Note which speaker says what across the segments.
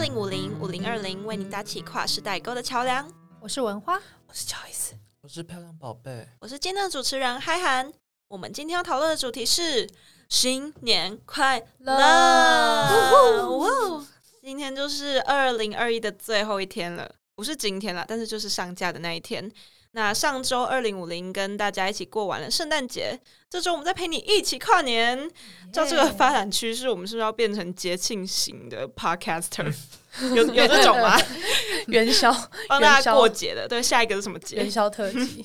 Speaker 1: 零五零五零二零为您搭起跨世代沟的桥梁。
Speaker 2: 我是文花，
Speaker 3: 我是乔伊斯，
Speaker 4: 我是漂亮宝贝，
Speaker 1: 我是今天的主持人嗨涵。我们今天要讨论的主题是新年快乐。哇哦，今天就是二零二一的最后一天了，不是今天啦，但是就是上架的那一天。那上周二零五零跟大家一起过完了圣诞节，这周我们再陪你一起跨年。照这个发展趋势，我们是不是要变成节庆型的 podcaster？有有这种吗？
Speaker 2: 元宵
Speaker 1: 帮大家过节的，对，下一个是什么节
Speaker 2: 元？宵特辑，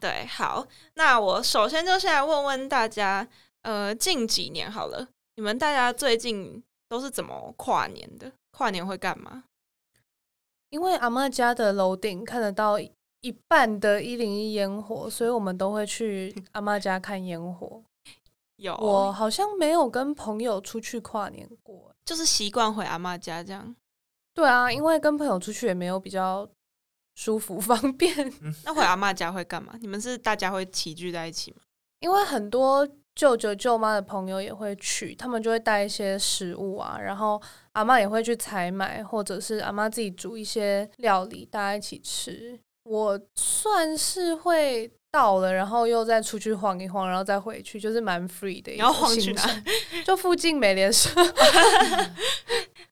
Speaker 1: 对，好，那我首先就先来问问大家，呃，近几年好了，你们大家最近都是怎么跨年的？跨年会干嘛？
Speaker 2: 因为阿嬷家的楼顶看得到一半的一零一烟火，所以我们都会去阿嬷家看烟火。
Speaker 1: 有，
Speaker 2: 我好像没有跟朋友出去跨年过。
Speaker 1: 就是习惯回阿妈家这样。
Speaker 2: 对啊，因为跟朋友出去也没有比较舒服 方便，
Speaker 1: 那回阿妈家会干 嘛？你们是大家会齐聚在一起吗？
Speaker 2: 因为很多舅舅舅妈的朋友也会去，他们就会带一些食物啊，然后阿妈也会去采买，或者是阿妈自己煮一些料理，大家一起吃。我算是会到了，然后又再出去晃一晃，然后再回去，就是蛮 free 的。
Speaker 1: 你要晃去哪？
Speaker 2: 就附近美 联社。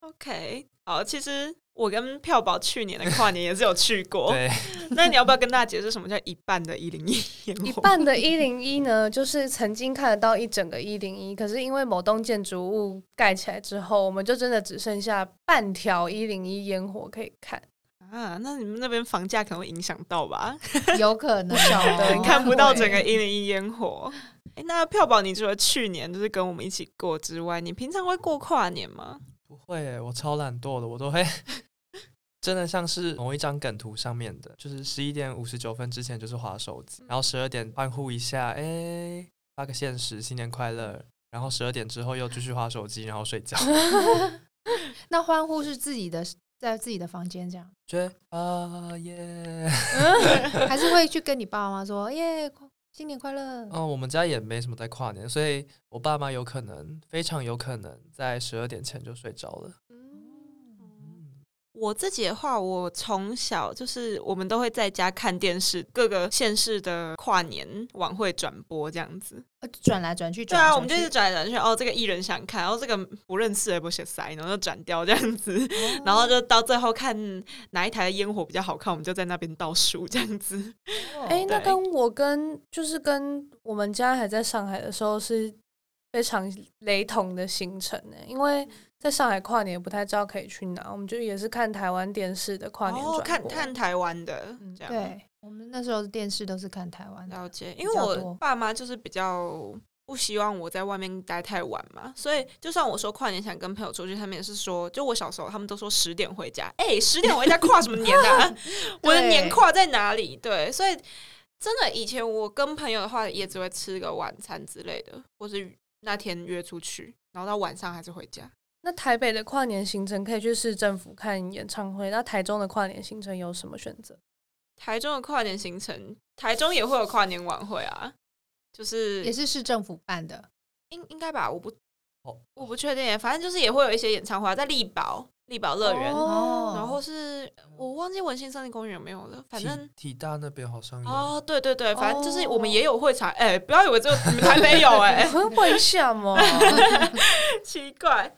Speaker 1: ？OK，好，其实我跟票宝去年的跨年也是有去过。
Speaker 4: 对，
Speaker 1: 那你要不要跟大家解释什么叫一半的一零一烟火？
Speaker 2: 一半的一零一呢，就是曾经看得到一整个一零一，可是因为某栋建筑物盖起来之后，我们就真的只剩下半条一零一烟火可以看，
Speaker 1: 啊，那你们那边房价可能会影响到吧？
Speaker 3: 有可能
Speaker 2: 晓得
Speaker 3: 哦
Speaker 1: 嗯看不到整个一零一烟火。哎，那票宝，你除了去年就是跟我们一起过之外，你平常会过跨年吗？
Speaker 4: 不会耶，我超懒惰的，我都会真的像是某一张梗图上面的，就是十一点五十九分之前就是划手机，然后十二点欢呼一下，哎、发个现实，新年快乐。然后十二点之后又继续划手机，然后 睡觉。
Speaker 3: 那欢呼是自己的，在自己的房间 这样，
Speaker 4: 觉得啊耶！
Speaker 3: 还是会去跟你爸妈说耶，新年快乐。
Speaker 1: 哦
Speaker 4: 嗯，我们家也没什么在跨年，所以我爸妈有可能，非常有可能在十二点前就睡着了。嗯，
Speaker 1: 我自己的话，我从小就是我们都会在家看电视，各个县市的跨年晚会转播这样子。
Speaker 3: 呃转来转去，
Speaker 1: 对
Speaker 3: 转来
Speaker 1: 啊，
Speaker 3: 转
Speaker 1: 我们就
Speaker 3: 去
Speaker 1: 是转来转去，哦，这个艺人想看，然后这个不认识的不写塞，然后就转掉这样子，然后就到最后看哪一台的烟火比较好看，我们就在那边倒数这样子。
Speaker 2: 哎、那
Speaker 1: 对
Speaker 2: 跟我跟就是跟我们家还在上海的时候是非常雷同的行程呢、因为在上海跨年也不太知道可以去哪，我们就也是看台湾电视的跨年转播、
Speaker 1: 哦，看看台湾的
Speaker 2: 嗯
Speaker 1: 这样。
Speaker 3: 对，我们那时候电视都是看台湾的，
Speaker 1: 了解，
Speaker 3: 比
Speaker 1: 因为
Speaker 3: 较
Speaker 1: 我
Speaker 3: 多
Speaker 1: 爸妈就是比较不希望我在外面待太晚嘛，所以就算我说跨年想跟朋友出去，他们也是说，就我小时候他们都说十点回家，哎、十点回家跨什么年 啊？我的年跨在哪里？对，所以真的以前我跟朋友的话，也只会吃个晚餐之类的，或是那天约出去，然后到晚上还是回家。
Speaker 2: 那台北的跨年行程可以去市政府看演唱会，那台中的跨年行程有什么选择？
Speaker 1: 台中的跨年行程，台中也会有跨年晚会啊，就是
Speaker 3: 也是市政府办的。
Speaker 1: 应应该吧，我不
Speaker 4: 哦，
Speaker 1: 我不确定耶，反正就是也会有一些演唱会啊在力宝、力宝乐园，
Speaker 3: 哦
Speaker 1: 然后是我忘记文心森林公园有没有了，反正。
Speaker 4: 体体大那边好像有。
Speaker 1: 哦，对对对，反正就是我们
Speaker 3: 哦
Speaker 1: 也有会场，哎、不要以为只有你们台北 有、哎，
Speaker 2: 为什 么？
Speaker 1: 奇怪。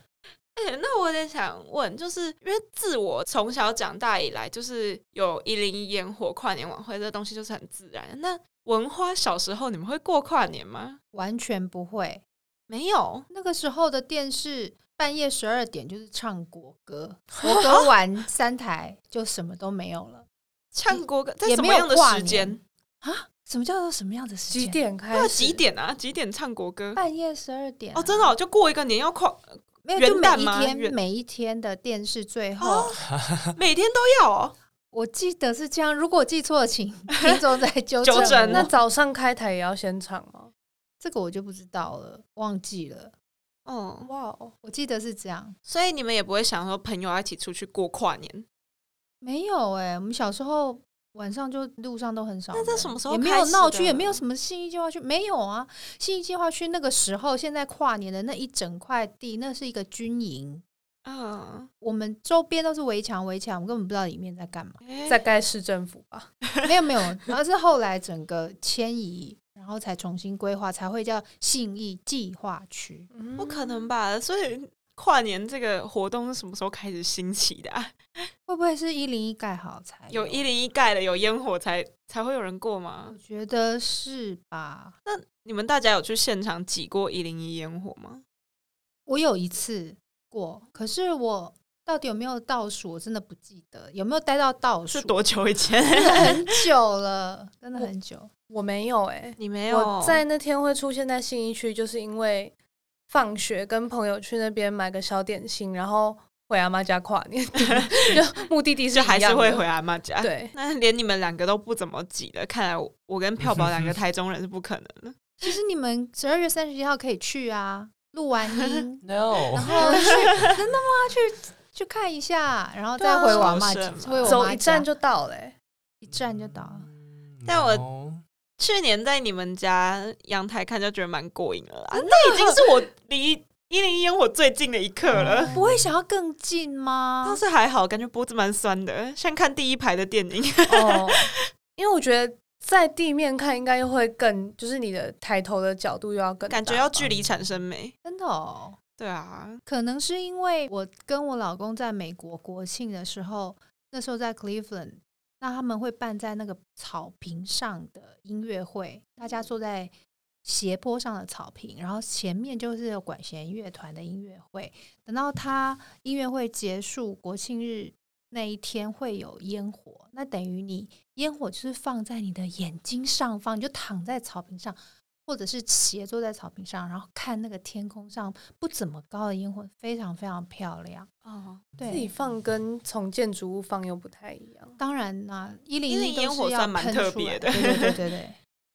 Speaker 1: 哎、那我有点想问，就是因为自我从小长大以来，就是有一零一烟火、跨年晚会这东西，就是很自然。那文花小时候你们会过跨年吗？
Speaker 3: 完全不会。
Speaker 1: 没有，
Speaker 3: 那个时候的电视半夜十二点就是唱国歌，国 歌完三台就什么都没有了。
Speaker 1: 唱国歌在
Speaker 3: 也
Speaker 1: 什
Speaker 3: 没
Speaker 1: 么
Speaker 3: 有
Speaker 1: 样的
Speaker 3: 跨
Speaker 1: 时间
Speaker 3: 年？啊什么叫做什么样的时
Speaker 2: 几
Speaker 3: 间？
Speaker 2: 点开
Speaker 1: 要
Speaker 2: 始？
Speaker 1: 几？点啊？几点唱国歌？
Speaker 3: 半夜十二点啊、
Speaker 1: 哦，真的、哦，就过一个年要 跨，
Speaker 3: 没有
Speaker 1: 元
Speaker 3: 就每
Speaker 1: 旦
Speaker 3: 一
Speaker 1: 吗
Speaker 3: 天
Speaker 1: 元
Speaker 3: 每一天的电视最后，
Speaker 1: 哦每天都要哦。
Speaker 3: 我记得是这样。如果我记错了，请 听众再纠
Speaker 1: 纠
Speaker 3: 正
Speaker 1: 正
Speaker 3: 我
Speaker 2: 那早上开台也要先唱吗？
Speaker 3: 这个我就不知道了，忘记了。
Speaker 1: 哦，
Speaker 2: 哇哦！
Speaker 3: 我记得是这样，
Speaker 1: 所以你们也不会想说朋友要一起出去过跨年？
Speaker 3: 没有哎、我们小时候晚上就路上都很少人。
Speaker 1: 那在什么时候
Speaker 3: 也
Speaker 1: 开
Speaker 3: 没
Speaker 1: 始
Speaker 3: 有闹
Speaker 1: 的
Speaker 3: 区，也没有什么信义计划区，没有啊。信义计划区那个时候，现在跨年的那一整块地，那是一个军营，
Speaker 1: 嗯，
Speaker 3: 我们周边都是围墙，围墙，我们根本不知道里面在干嘛。
Speaker 1: 诶
Speaker 2: 在盖市政府吧。
Speaker 3: 没 有没有，而是后来整个迁移，然后才重新规划，才会叫信义计划区。
Speaker 2: 嗯
Speaker 1: 不可能吧？所以跨年这个活动是什么时候开始兴起的、啊？
Speaker 3: 会不会是一零一盖好才
Speaker 1: 有一？零一盖了，有烟火才才会有人过吗
Speaker 3: 我？觉得是吧？
Speaker 1: 那你们大家有去现场挤过一零一烟火吗？
Speaker 3: 我有一次过，可是我到底有没有倒数，我真的不记得，有没有待到倒数？
Speaker 1: 是多久以前？
Speaker 3: 真的很久了，真的很久。
Speaker 2: 我没有哎、
Speaker 1: 你没有
Speaker 2: 我在那天会出现在信义区，就是因为放学跟朋友去那边买个小点心，然后回阿妈家跨年， 就目的地是
Speaker 1: 就还
Speaker 2: 一
Speaker 1: 是
Speaker 2: 样的
Speaker 1: 会回。啊阿妈家。，
Speaker 2: 对，
Speaker 1: 那连你们两个都不怎么挤的，看来我我 跟票宝两个台中人是不可能的。
Speaker 3: 其实你们十二月三十一号可以去啊，录完 音然
Speaker 1: 哦
Speaker 4: No，
Speaker 3: 后去，真的吗？去去看一下，然后再回我妈
Speaker 1: 对
Speaker 3: 家
Speaker 1: 啊超，神
Speaker 3: 回我妈
Speaker 2: 走一站
Speaker 3: 家
Speaker 2: 就到了、欸。
Speaker 3: 一站就到了。
Speaker 4: 嗯
Speaker 1: 但我
Speaker 4: No
Speaker 1: 去年在你们家阳台看，就觉得蛮过瘾了啦。那已经是我离一零一烟火最近的一刻了。
Speaker 3: 不会想要更近吗
Speaker 1: 当？时还好，感觉脖子蛮酸的，像看第一排的电影。
Speaker 2: 哦，因为我觉得在地面看应该又会更，就是你的抬头的角度又要更大
Speaker 1: 感觉要距离产生美。
Speaker 3: 真的哦，
Speaker 1: 对啊，
Speaker 3: 可能是因为我跟我老公在美国国庆的时候，那时候在 Cleveland，那他们会办在那个草坪上的音乐会，大
Speaker 2: 嗯
Speaker 3: 家坐在斜坡上的草坪，然后前面就是有管弦乐团的音乐会。等到他音乐会结束，国庆日那一天会有烟火，那等于你烟火就是放在你的眼睛上方，你就躺在草坪上，或者是斜坐在草坪上，然后看那个天空上不怎么高的烟火，非常非常漂亮。
Speaker 1: 哦，
Speaker 2: 自己
Speaker 3: 对，
Speaker 2: 放跟从建筑物放又不太一样。
Speaker 3: 当然啦、一零
Speaker 1: 101烟火算蛮特别的
Speaker 3: 对对对对 对。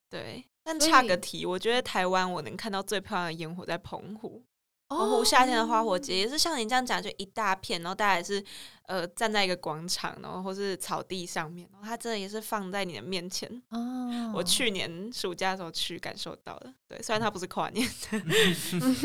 Speaker 1: 对。但
Speaker 3: 所以
Speaker 1: 差个题，我觉得台湾我能看到最漂亮的烟火在澎湖。
Speaker 3: 哦
Speaker 1: 澎湖夏天的花火节也是像你这样讲，就一大片，然后大家也是呃站在一个广场，然后或是草地上面，然后它真的也是放在你的面前。
Speaker 3: 哦，
Speaker 1: 我去年暑假的时候去感受到的，对，虽然它不是跨年。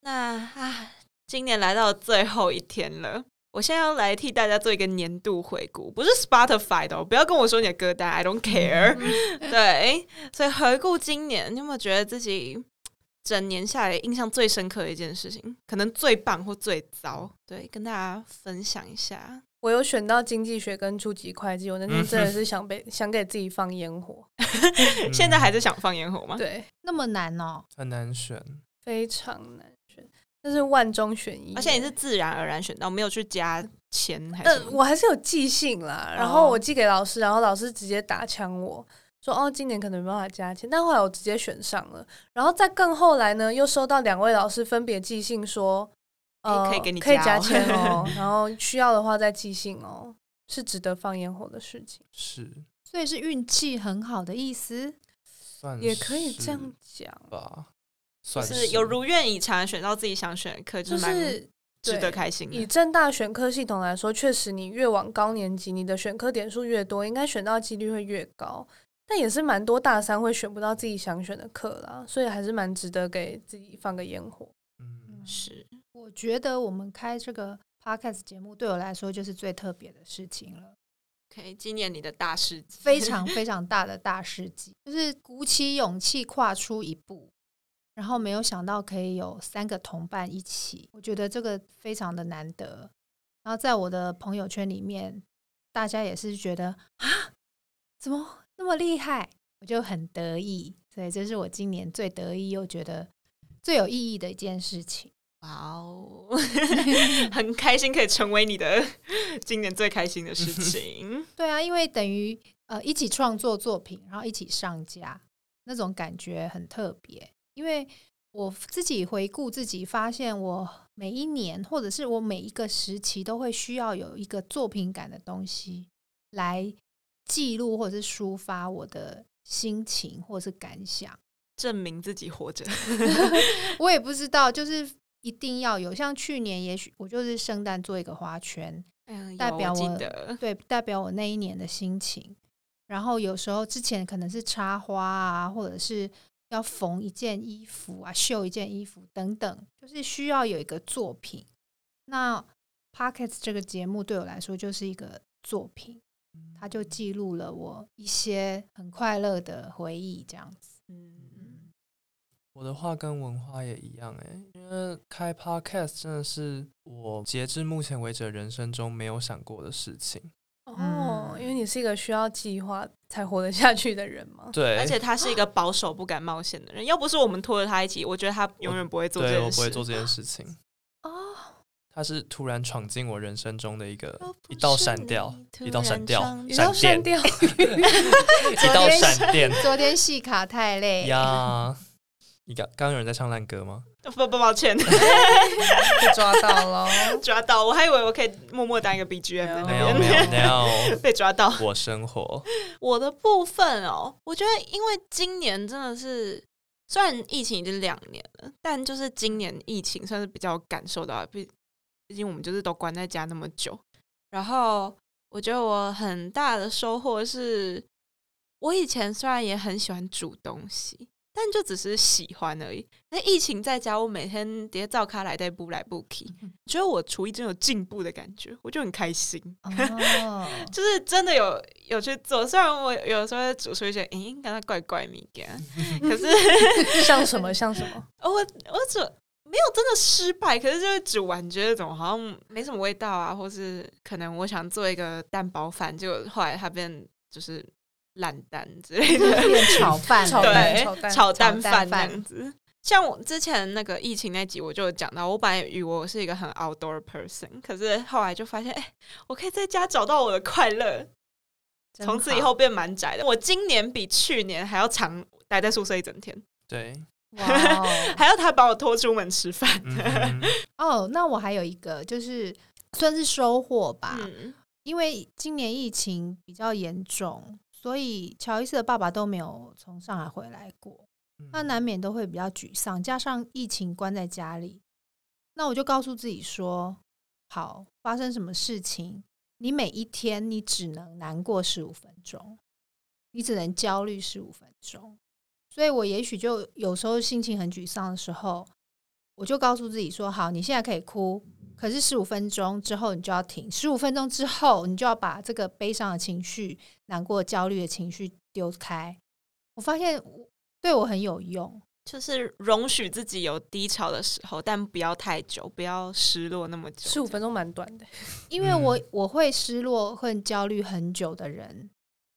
Speaker 1: 那啊，今年来到最后一天了，我现在要来替大家做一个年度回顾，不是 Spotify 的、哦，不要跟我说你的歌单，I don't care。对，所以回顾今年，你有没有觉得自己整年下来印象最深刻的一件事情，可能最棒或最糟？对，跟大家分享一下。
Speaker 2: 我有选到经济学跟初级会计，我那天真的是想
Speaker 1: 嗯
Speaker 2: 被想给自己放烟火，
Speaker 1: 现在还
Speaker 4: 嗯
Speaker 1: 是想放烟火吗？
Speaker 2: 对，
Speaker 3: 那么难哦，
Speaker 4: 很嗯难选，
Speaker 2: 非常难选，但是万中选一。
Speaker 1: 而且你是自然而然选到，没有去加钱还是
Speaker 2: 呃
Speaker 1: 什，么？
Speaker 2: 我还是有寄信啦，
Speaker 1: 哦
Speaker 2: 然后我寄给老师，然后老师直接打枪我说哦，今年可能没办法加钱，但后来我直接选上了，然后再更后来呢，又收到两位老师分别寄信说，呃，
Speaker 1: 哎可以给你
Speaker 2: 可以
Speaker 1: 加
Speaker 2: 加
Speaker 1: 哦
Speaker 2: 钱 哦，然后需要的话再寄信哦，是值得放烟火的事情，
Speaker 4: 是
Speaker 3: 所以是运气很好的意思。
Speaker 4: 算
Speaker 2: 也可以
Speaker 4: 是
Speaker 2: 这样讲，
Speaker 4: 吧，
Speaker 1: 就
Speaker 4: 算
Speaker 1: 是有如愿以偿地选到自己想选的课，
Speaker 2: 就
Speaker 1: 蛮嗯
Speaker 2: 是
Speaker 1: 值得
Speaker 2: 对
Speaker 1: 开心
Speaker 2: 以
Speaker 1: 的。
Speaker 2: 正大选科系统来说，确实你越往高年级，你的选科点数越多，应该选到几率会越高。但也是蛮多大三会选不到自己想选的课啦，所以还是蛮值得给自己放个烟火。
Speaker 4: 嗯
Speaker 1: 是，
Speaker 3: 我觉得我们开这个 podcast 节目对我来说就是最特别的事情了，
Speaker 1: OK，今年你的大事记
Speaker 3: 非常非常大的大事迹，就是鼓起勇气跨出一步，然后没有想到可以有三个同伴一起，我觉得这个非常的难得。然后在我的朋友圈里面，大家也是觉得啊，怎么那么厉害，我就很得意，所以这是我今年最得意又觉得最有意义的一件事情。
Speaker 1: 哇 哦，很开心可以成为你的今年最开心的 事情。
Speaker 3: 对啊，因为等于呃一起创作作品，然后一起上架，那种感觉很特别。因为我自己回顾自己，发现我每一年或者是我每一个时期都会需要有一个作品感的东西来记录或者是抒发我的心情或是感想。
Speaker 1: 证明自己活 着，
Speaker 3: 我也不知道，就是一定要有。像去年，也许我就是圣诞做一个花圈，
Speaker 1: 嗯，有
Speaker 3: 代表
Speaker 1: 我记
Speaker 3: 我
Speaker 1: 得，
Speaker 3: 对，代表我那一年的心情。然后有时候之前可能是插花啊，或者是要缝一件衣服啊、绣一件衣服等等，就是需要有一个作品那 Pockets 这个节目对我来说就是一个作品，它就记录了我一些很快乐的回忆，这样子。
Speaker 1: 嗯，
Speaker 4: 我的话跟文化也一样哎、因为开 podcast 真的是我截至目前为止的人生中没有想过的事情。
Speaker 2: 哦，
Speaker 3: 嗯
Speaker 2: 因为你是一个需要计划才活得下去的人 嘛。
Speaker 4: 对，
Speaker 1: 而且他是一个保守、不敢冒险的人。要不是我们拖着他一起，我觉得他永远不会做这
Speaker 4: 对我
Speaker 1: 件
Speaker 4: 不
Speaker 1: 事。
Speaker 4: 会做这件事情，
Speaker 3: 哦，
Speaker 4: 它是突然闯进我人生中的一个
Speaker 1: 若不
Speaker 4: 一道
Speaker 1: 是
Speaker 4: 闪
Speaker 1: 你
Speaker 4: 掉，
Speaker 1: 突
Speaker 4: 一道闪
Speaker 1: 然
Speaker 4: 掉
Speaker 1: 闯，
Speaker 2: 你
Speaker 1: 进
Speaker 2: 要
Speaker 4: 闪
Speaker 2: 删
Speaker 4: 电，
Speaker 2: 掉，
Speaker 4: 一道闪电
Speaker 3: 昨天戏卡太累，
Speaker 4: 呀！你刚刚有人在唱烂歌吗？
Speaker 1: 不不，抱歉，
Speaker 2: 被抓到 了。
Speaker 1: 抓到！我还以为我可以默默当一个 BGM，在那
Speaker 4: 没
Speaker 1: 边
Speaker 4: 有没有没有，
Speaker 1: 被抓到。
Speaker 4: 我生活
Speaker 1: 我的部分哦，我觉得因为今年真的是，虽然疫情已经两年了，但就是今年疫情算是比较感受到的，毕毕竟我们就是都关在家那么久。然后我觉得我很大的收获是，我以前虽然也很喜欢煮东西，但就只是喜欢而已。那疫情在家，我每天叠灶咖来带不来不去，觉得我厨艺真有进步的感觉，我就很开心。
Speaker 3: 哦，
Speaker 1: 就是真的有有去做，虽然我有时候会煮出一些，诶、感觉怪怪米给，可是哦
Speaker 2: 像什么像什么？
Speaker 1: 我我煮没有真的失败，可是就是煮完觉得怎么好像没什么味道啊，或是可能我想做一个蛋包饭，结果后来它变就是烂蛋之类 的，
Speaker 3: 变炒饭了，
Speaker 2: 炒蛋
Speaker 1: 对，
Speaker 2: 炒蛋
Speaker 1: 炒蛋
Speaker 3: 炒蛋
Speaker 1: 饭这
Speaker 3: 饭
Speaker 1: 样子。像我之前那个疫情那集，我就有讲到，我本来以为我是一个很 outdoor person，可是后来就发现，哎、我可以在家找到我的快乐，
Speaker 3: 真
Speaker 1: 从此以
Speaker 3: 好
Speaker 1: 后变蛮宅的。我今年比去年还要常待在宿舍一整天，
Speaker 4: 对，
Speaker 3: 哇哦
Speaker 1: 还要他把我拖出门吃饭。
Speaker 4: 嗯哼，
Speaker 3: 哦，那我还有一个就是算是收获 吧，
Speaker 1: 嗯，
Speaker 3: 因为今年疫情比较严重，所以乔伊斯的爸爸都没有从上海回来过，
Speaker 4: 嗯
Speaker 3: 那 难免都会比较沮丧，加上疫情关在家里，那我就告诉自己说，好，发生什么事情，你每一天你只能难过十五分钟，你只能焦虑十五分钟，所以我也许就有时候心情很沮丧的时候，我就告诉自己说，好，你现在可以哭，可是十五分钟之后你就要停，十五分钟之后你就要把这个悲伤的情绪、难过、焦虑的情绪丢开。我发现我对我很有用，
Speaker 1: 就是容许自己有低潮的时候，但不要太久，不要失落那么久。
Speaker 2: 十五分钟蛮短的，
Speaker 3: 因为我、
Speaker 1: 嗯
Speaker 3: 我会失落、会焦虑很久的人，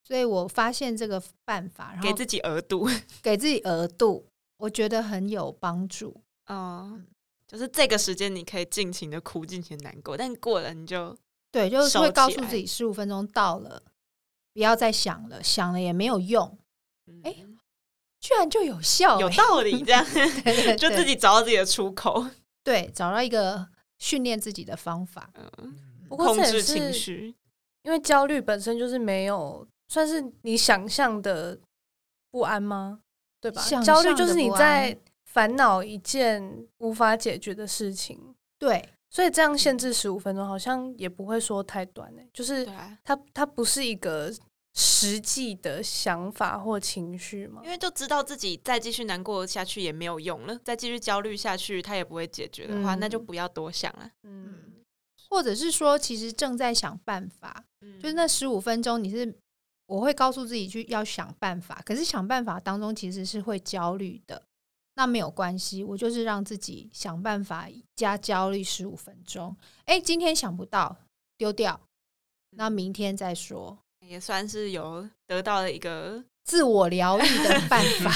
Speaker 3: 所以我发现这个办法，然后
Speaker 1: 给自己额度，
Speaker 3: 给自己额度，我觉得很有帮助。
Speaker 1: 哦，就是这个时间你可以尽情的哭，尽情地难过，但过了你就
Speaker 3: 对，就是会
Speaker 1: 收
Speaker 3: 告
Speaker 1: 起
Speaker 3: 诉
Speaker 1: 来
Speaker 3: 自己十五分钟到了，不要再想了，想了也没有用，
Speaker 1: 哎、
Speaker 3: 居然就有效、
Speaker 1: 有
Speaker 3: 欸
Speaker 1: 道理，这样
Speaker 3: 对对
Speaker 1: 就
Speaker 3: 对
Speaker 1: 自己找到自己的出口，
Speaker 3: 对，找到一个训练自己的方法。
Speaker 1: 嗯，
Speaker 4: 嗯
Speaker 2: 不过
Speaker 1: 控
Speaker 2: 这也
Speaker 1: 制
Speaker 2: 是
Speaker 1: 情绪，
Speaker 2: 因为焦虑本身就是没有算是你想象的不安吗？对吧
Speaker 3: 想？
Speaker 2: 焦虑
Speaker 3: 象
Speaker 2: 就是
Speaker 3: 的
Speaker 2: 你
Speaker 3: 不安
Speaker 2: 在烦恼一件无法解决的事情，
Speaker 3: 对，
Speaker 2: 所以这样限制十五分钟好像也不会说太短呢、就是
Speaker 1: 对啊，
Speaker 2: 它它不是一个实际的想法或情绪嘛
Speaker 1: 因。为就知道自己再继续难过下去也没有用了，再继续焦虑下去它也不会解决的话，
Speaker 2: 嗯
Speaker 1: 那就不要多想了。
Speaker 2: 嗯，
Speaker 3: 或者是说，其实正在想办法，
Speaker 1: 嗯，
Speaker 3: 就是那十五分钟，你是我会告诉自己去要想办法，可是想办法当中其实是会焦虑的。那没有关系，我就是让自己想办法加焦虑十五分钟。哎，今天想不到，丢掉，那明天再说。
Speaker 1: 也算是有得到了一个
Speaker 3: 自我疗愈的办 法，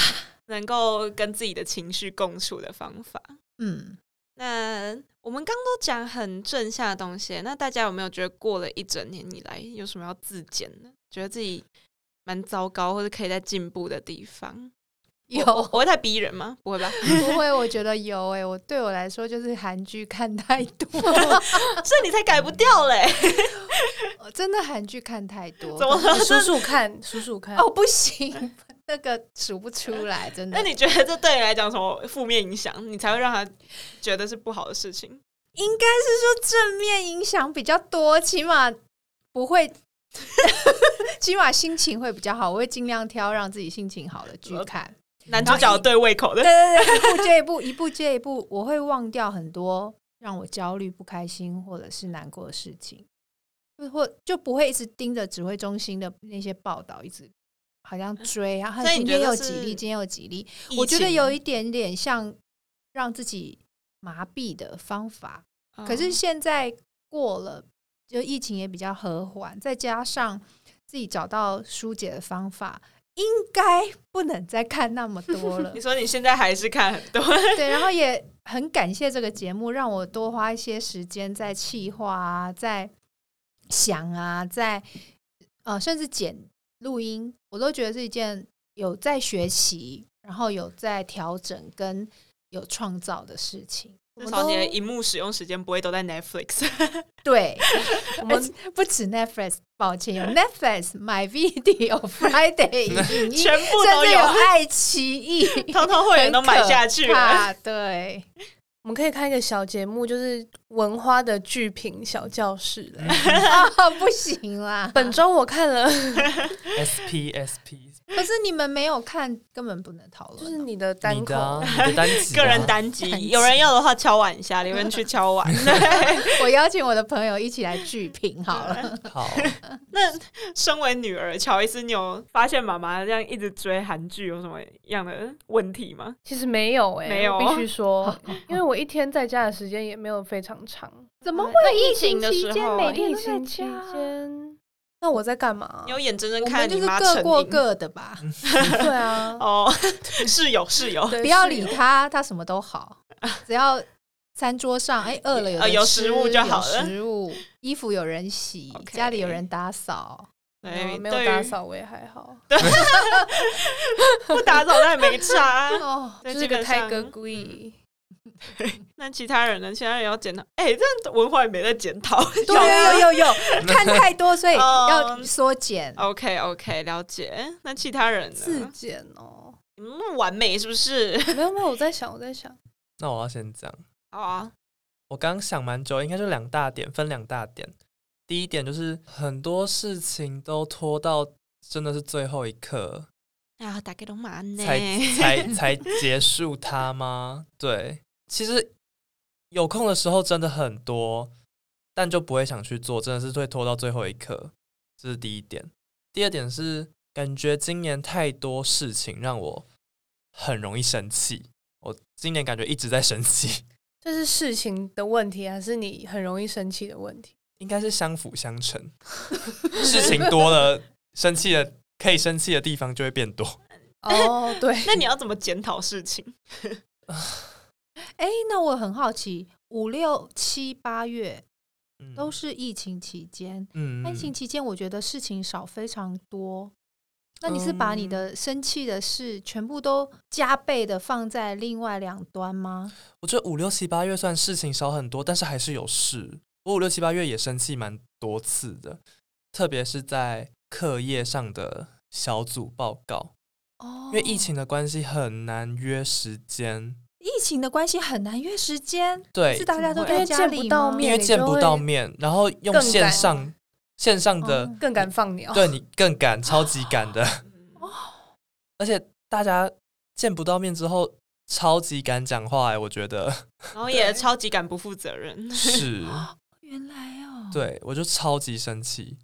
Speaker 1: 能够跟自己的情绪共处的方法。
Speaker 3: 嗯，
Speaker 1: 那我们刚都讲很正向的东西，那大家有没有觉得过了一整年以来有什么要自检的？觉得自己蛮糟糕，或者可以在进步的地方？
Speaker 3: 有
Speaker 1: 我我会太逼人吗？不会吧？
Speaker 3: 不会，我觉得有哎、我对我来说就是韩剧看太 多，
Speaker 1: 所以你才改不掉嘞、
Speaker 3: 我真的韩剧看太多，
Speaker 1: 怎么了
Speaker 2: 你 数数看，数数看。
Speaker 3: 嗯哦，不行， 那个数不出来，真的
Speaker 1: 那。你觉得这对你来讲有什么负面影响？你才会让他觉得是不好的事情？
Speaker 3: 应该是说正面影响比较多，起码不会， 起码心情会比较好。我会尽量挑让自己心情好的剧看，
Speaker 1: 男主角对胃口的
Speaker 3: 对对对，一部接一部，一部接一部，我会忘掉很多让我焦虑、不开心或者是难过的事情，就或就不会一直盯着指挥中心的那些报道，一直好像追啊，
Speaker 1: 所以
Speaker 3: 今
Speaker 1: 你觉
Speaker 3: 天
Speaker 1: 得
Speaker 3: 有
Speaker 1: 是
Speaker 3: 几例，今天有几例，
Speaker 1: 疫
Speaker 3: 我觉得
Speaker 1: 情
Speaker 3: 有一点点像让自己麻痹的方法。
Speaker 1: 哦
Speaker 3: 可是现在过了，就疫情也比较和缓，再加上自己找到疏解的方法，应该不能再看那么多 了
Speaker 1: 你。说你现在还是看很 多，
Speaker 3: 对，然后也很感谢这个节目，让我多花一些时间在企划啊，在想啊，在呃，甚至剪录音，我都觉得是一件有在学习，然后有在调整跟有创造的事情。
Speaker 1: 至少你的荧幕使用时间不会都在 Netflix。
Speaker 3: 对，
Speaker 2: 我
Speaker 3: 而
Speaker 2: 们
Speaker 3: 且不止 Netflix，抱歉，有 Netflix、My Video、Friday 影 音，
Speaker 1: 全部都
Speaker 3: 甚至
Speaker 1: 有
Speaker 3: 有爱奇 艺，
Speaker 1: 通通会员都买下去了
Speaker 3: 很可怕。 对，
Speaker 2: 我们可以开一个小节目，就是文花的剧评小教室嘞。
Speaker 3: 啊，不行啦！
Speaker 2: 本周我看了，
Speaker 4: SP SP，
Speaker 3: 可是你们没有看，根本不能讨论啊。
Speaker 2: 就是你的单
Speaker 4: 你
Speaker 2: 口
Speaker 4: 的，啊你的单集啊，
Speaker 1: 个人单
Speaker 3: 单集
Speaker 1: 集，有人要的话敲碗一下，留言区敲 碗。
Speaker 3: 我邀请我的朋友一起来剧评好了。
Speaker 4: 好，
Speaker 1: 那身为女儿，乔伊斯，你有发现妈妈这样一直追韩剧有什么样的问题吗？
Speaker 2: 其实没有哎、
Speaker 1: 没有
Speaker 2: 我必 须说，因为我一天在家的时间也没有非常长。
Speaker 3: 怎么会
Speaker 1: 那疫
Speaker 3: 疫
Speaker 1: 情的
Speaker 3: 期
Speaker 1: 时
Speaker 3: 间
Speaker 1: 候
Speaker 3: 每
Speaker 1: 啊
Speaker 3: 天
Speaker 2: 疫
Speaker 3: 都在
Speaker 2: 情期
Speaker 3: 家？
Speaker 2: 间，那我在干嘛
Speaker 1: 你？有眼睁睁
Speaker 3: 哦我
Speaker 1: 看
Speaker 3: 们
Speaker 1: 你
Speaker 3: 就是
Speaker 1: 妈
Speaker 3: 各
Speaker 1: 成
Speaker 3: 过
Speaker 1: 瘾
Speaker 3: 各的吧，
Speaker 2: 对啊，
Speaker 1: 哦，室友室 友，
Speaker 2: 对
Speaker 3: 不要
Speaker 2: 是
Speaker 3: 理
Speaker 2: 有
Speaker 3: 他，他什么 都好，只要餐桌上哎饿了有
Speaker 1: 呃
Speaker 3: 得
Speaker 1: 有
Speaker 3: 吃
Speaker 1: 食物就好
Speaker 3: 有
Speaker 1: 了
Speaker 3: 食物衣服有人洗
Speaker 1: OK
Speaker 3: 家里有人打扫，
Speaker 1: 对，
Speaker 2: 没有
Speaker 1: 哎对于
Speaker 2: 打，扫我也还好，
Speaker 1: 不打扫那也没差啊。
Speaker 3: 哦，
Speaker 1: 对
Speaker 2: 就是个泰
Speaker 1: 基
Speaker 2: 哥。
Speaker 1: 本上啊
Speaker 2: 故意。
Speaker 1: 那其他人呢？其他人也要检讨。哎，这样文化也没在检 讨。
Speaker 3: 有有啊有有有，看太 多，所以
Speaker 1: 哦
Speaker 3: 要缩减。
Speaker 1: OK OK，了解。那其他人
Speaker 2: 自
Speaker 1: 呢？
Speaker 2: 检哦，
Speaker 1: 你们那么完美是不 是？
Speaker 2: 没有没有，我在想，我在想，
Speaker 4: 那我要先讲。
Speaker 1: 好啊，
Speaker 4: 我刚想蛮久，应该就两大点，分两大点。第一点就是很多事情都拖到真的是最后一刻
Speaker 1: 啊，大概都蛮
Speaker 4: 才 才才结束它吗？对，其实有空的时候真的很多，但就不会想去做，真的是会拖到最后一刻。这是第一点。第二点是感觉今年太多事情让我很容易生气，我今年感觉一直在生气。
Speaker 2: 这是事情的问题，还是你很容易生气的问题？
Speaker 4: 应该是相辅相 成，事情多了，生气的可以生气的地方就会变多。
Speaker 2: 哦，对，
Speaker 1: 那你要怎么检讨事 情？
Speaker 3: 哎，那我很好奇，五六七八月
Speaker 4: 嗯
Speaker 3: 都是疫情期间，
Speaker 4: 嗯
Speaker 3: 疫情期间我觉得事情少非常多。那你是把你
Speaker 4: 嗯
Speaker 3: 的生气的事全部都加倍的放在另外两端吗？
Speaker 4: 我觉得五六七八月算事情少很多，但是还是有事。我五六七八月也生气蛮多次的，特别是在课业上的小组报告，
Speaker 3: 哦
Speaker 4: 因为疫，情的关系很难约时间。
Speaker 3: 疫情的关系很难约时间，
Speaker 4: 对
Speaker 3: 是，大家都
Speaker 2: 因
Speaker 3: 在
Speaker 2: 为
Speaker 3: 家
Speaker 2: 见
Speaker 3: 里
Speaker 2: 不
Speaker 3: 吗
Speaker 2: 到
Speaker 4: 因
Speaker 2: 面
Speaker 4: 为见不到
Speaker 2: 你就会
Speaker 4: 面，然后用
Speaker 2: 更
Speaker 4: 线
Speaker 2: 赶
Speaker 4: 上线上的
Speaker 3: 哦
Speaker 2: 更敢放鸟。
Speaker 4: 对你更赶，超级赶的。
Speaker 2: 哦
Speaker 4: 而且大家见不到面之后，超级敢讲话、欸，我 觉得
Speaker 1: 然后也超级敢不负责任。
Speaker 4: 是，
Speaker 3: 原来哦，，
Speaker 4: 对我就超级生气。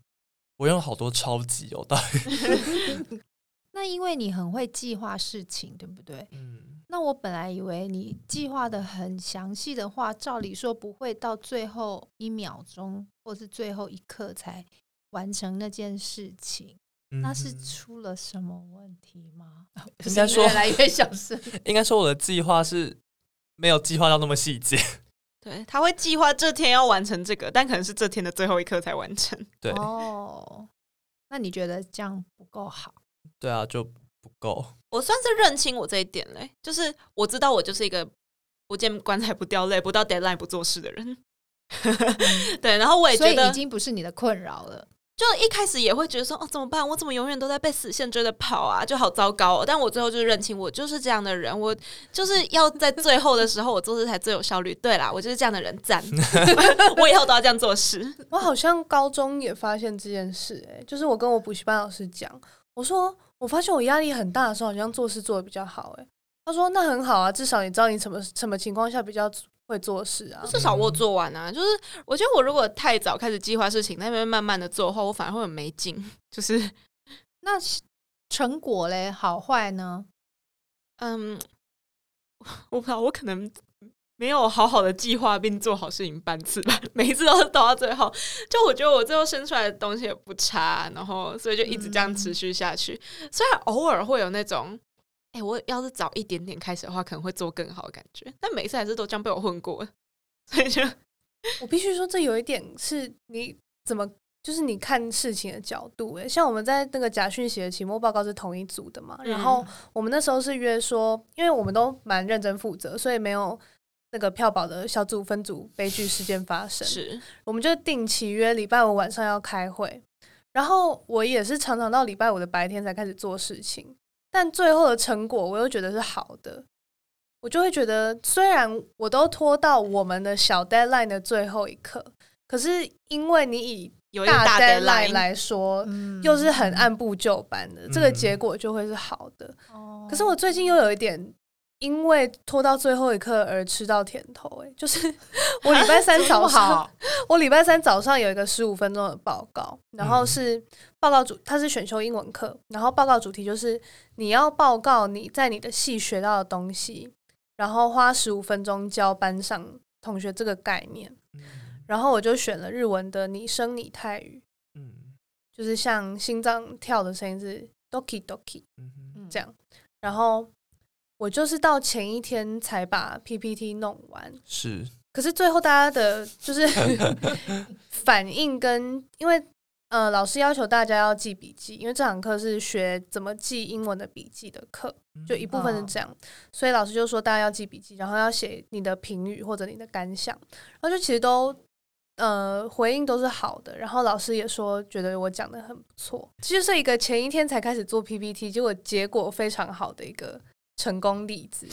Speaker 4: 我用好多超级哦，到底
Speaker 3: 那因为你很会计划事情，对不对？
Speaker 4: 嗯，
Speaker 3: 那我本来以为你计划的很详细的话，照理说不会到最后一秒钟或是最后一刻才完成那件事情。那是
Speaker 4: 嗯
Speaker 3: 出了什么问题吗？
Speaker 4: 应该说
Speaker 3: 越来越小声。
Speaker 4: 应该说我的计划是没有计划到那么细节，
Speaker 1: 对，他会计划这天要完成这个，但可能是这天的最后一刻才完成。
Speaker 4: 对、
Speaker 3: 哦，那你觉得这样不够好？
Speaker 4: 对啊，就不够。
Speaker 1: 我算是认清我这一点嘞，就是我知道我就是一个不见棺材不掉泪，不到 deadline 不做事的人。 对，然后我也
Speaker 3: 嗯所
Speaker 1: 觉
Speaker 3: 以已
Speaker 1: 得，
Speaker 3: 经不是你的困扰了。
Speaker 1: 就一开始也会觉得说，哦，怎么办？我怎么永远都在被死线追着跑啊？就好糟糕哦。但我最后就是认清，我就是这样的人，我就是要在最后的时候，我做事才最有效率。对啦，我就是这样的人， 赞！我以后都要这样做事。
Speaker 2: 我好像高中也发现这件事、欸，就是我跟我补习班老师讲，我说我发现我压力很大的时候，好像做事做的比较好、欸，他说那很好啊，至少你知道你什么什么情况下比较会做事
Speaker 3: 嗯
Speaker 2: 啊。
Speaker 1: 至少我有做完啊，就是我觉得我如果太早开始计划事情，那边慢慢的做的话，我反而会很没劲。就是
Speaker 3: 那是成果嘞，好坏呢？
Speaker 1: 嗯，我不知道，我可能没有好好的计划并做好事情半次吧， 每一次都是抖到最后。就我觉得我最后生出来的东西也不差，然后所以就一直这样持续下去。虽然偶尔会有那种，哎、我要是早一点点开始的话，可能会做更好的感觉，但每一次还是都这样被我混过，所以就
Speaker 2: 我必须说，这有一点是你怎么，就是你看事情的角度、欸。像我们在那个假讯息的期末报告是同一组的嘛，然后我们那时候是约说，因为我们都蛮认真负责，所以没有那个票保的小组分组悲剧事件发生。
Speaker 1: 是
Speaker 2: 我们就定期约礼拜五晚上要开会，然后我也是常常到礼拜五的白天才开始做事情，但最后的成果我又觉得是好的，我就会觉得虽然我都拖到我们的小 deadline 的最后一刻，可是因为你以
Speaker 1: 有一个
Speaker 2: 大
Speaker 1: 大
Speaker 2: deadline
Speaker 1: deadline
Speaker 2: 来说，
Speaker 3: 嗯
Speaker 2: 又是很按部就班的，这个
Speaker 4: 嗯
Speaker 2: 结果就会是好的。
Speaker 3: 哦
Speaker 2: 可是我最近又有一点。因为拖到最后一刻而吃到甜头、欸，就是 我礼拜三早上，
Speaker 3: 好，
Speaker 2: 我礼拜三早上有一个十五分钟的报告，然后是报告主，它是选修英文课，然后报告主题就是你要报告你在你的系学到的东西，然后花十五分钟教班上同学这个概念。然后我就选了日文的拟声拟态语，
Speaker 4: 嗯
Speaker 2: 就是像心脏跳的声音是 doki doki
Speaker 4: 嗯哼
Speaker 2: 这样，然后我就是到前一天才把 PPT 弄完，
Speaker 4: 是
Speaker 2: 可是最后大家的就是 反应跟，因为呃老师要求大家要记笔记，因为这堂课是学怎么记英文的笔记的课，
Speaker 4: 嗯
Speaker 2: 就一部分
Speaker 1: 嗯
Speaker 2: 是这样，所以老师就说大家要记笔记，然后要写你的评语或者你的感想，然后就其实都。呃，回应都是好的，然后老师也说觉得我讲的很不错，这就是一个前一天才开始做 PPT，结果结果非常好的一个成功例 子。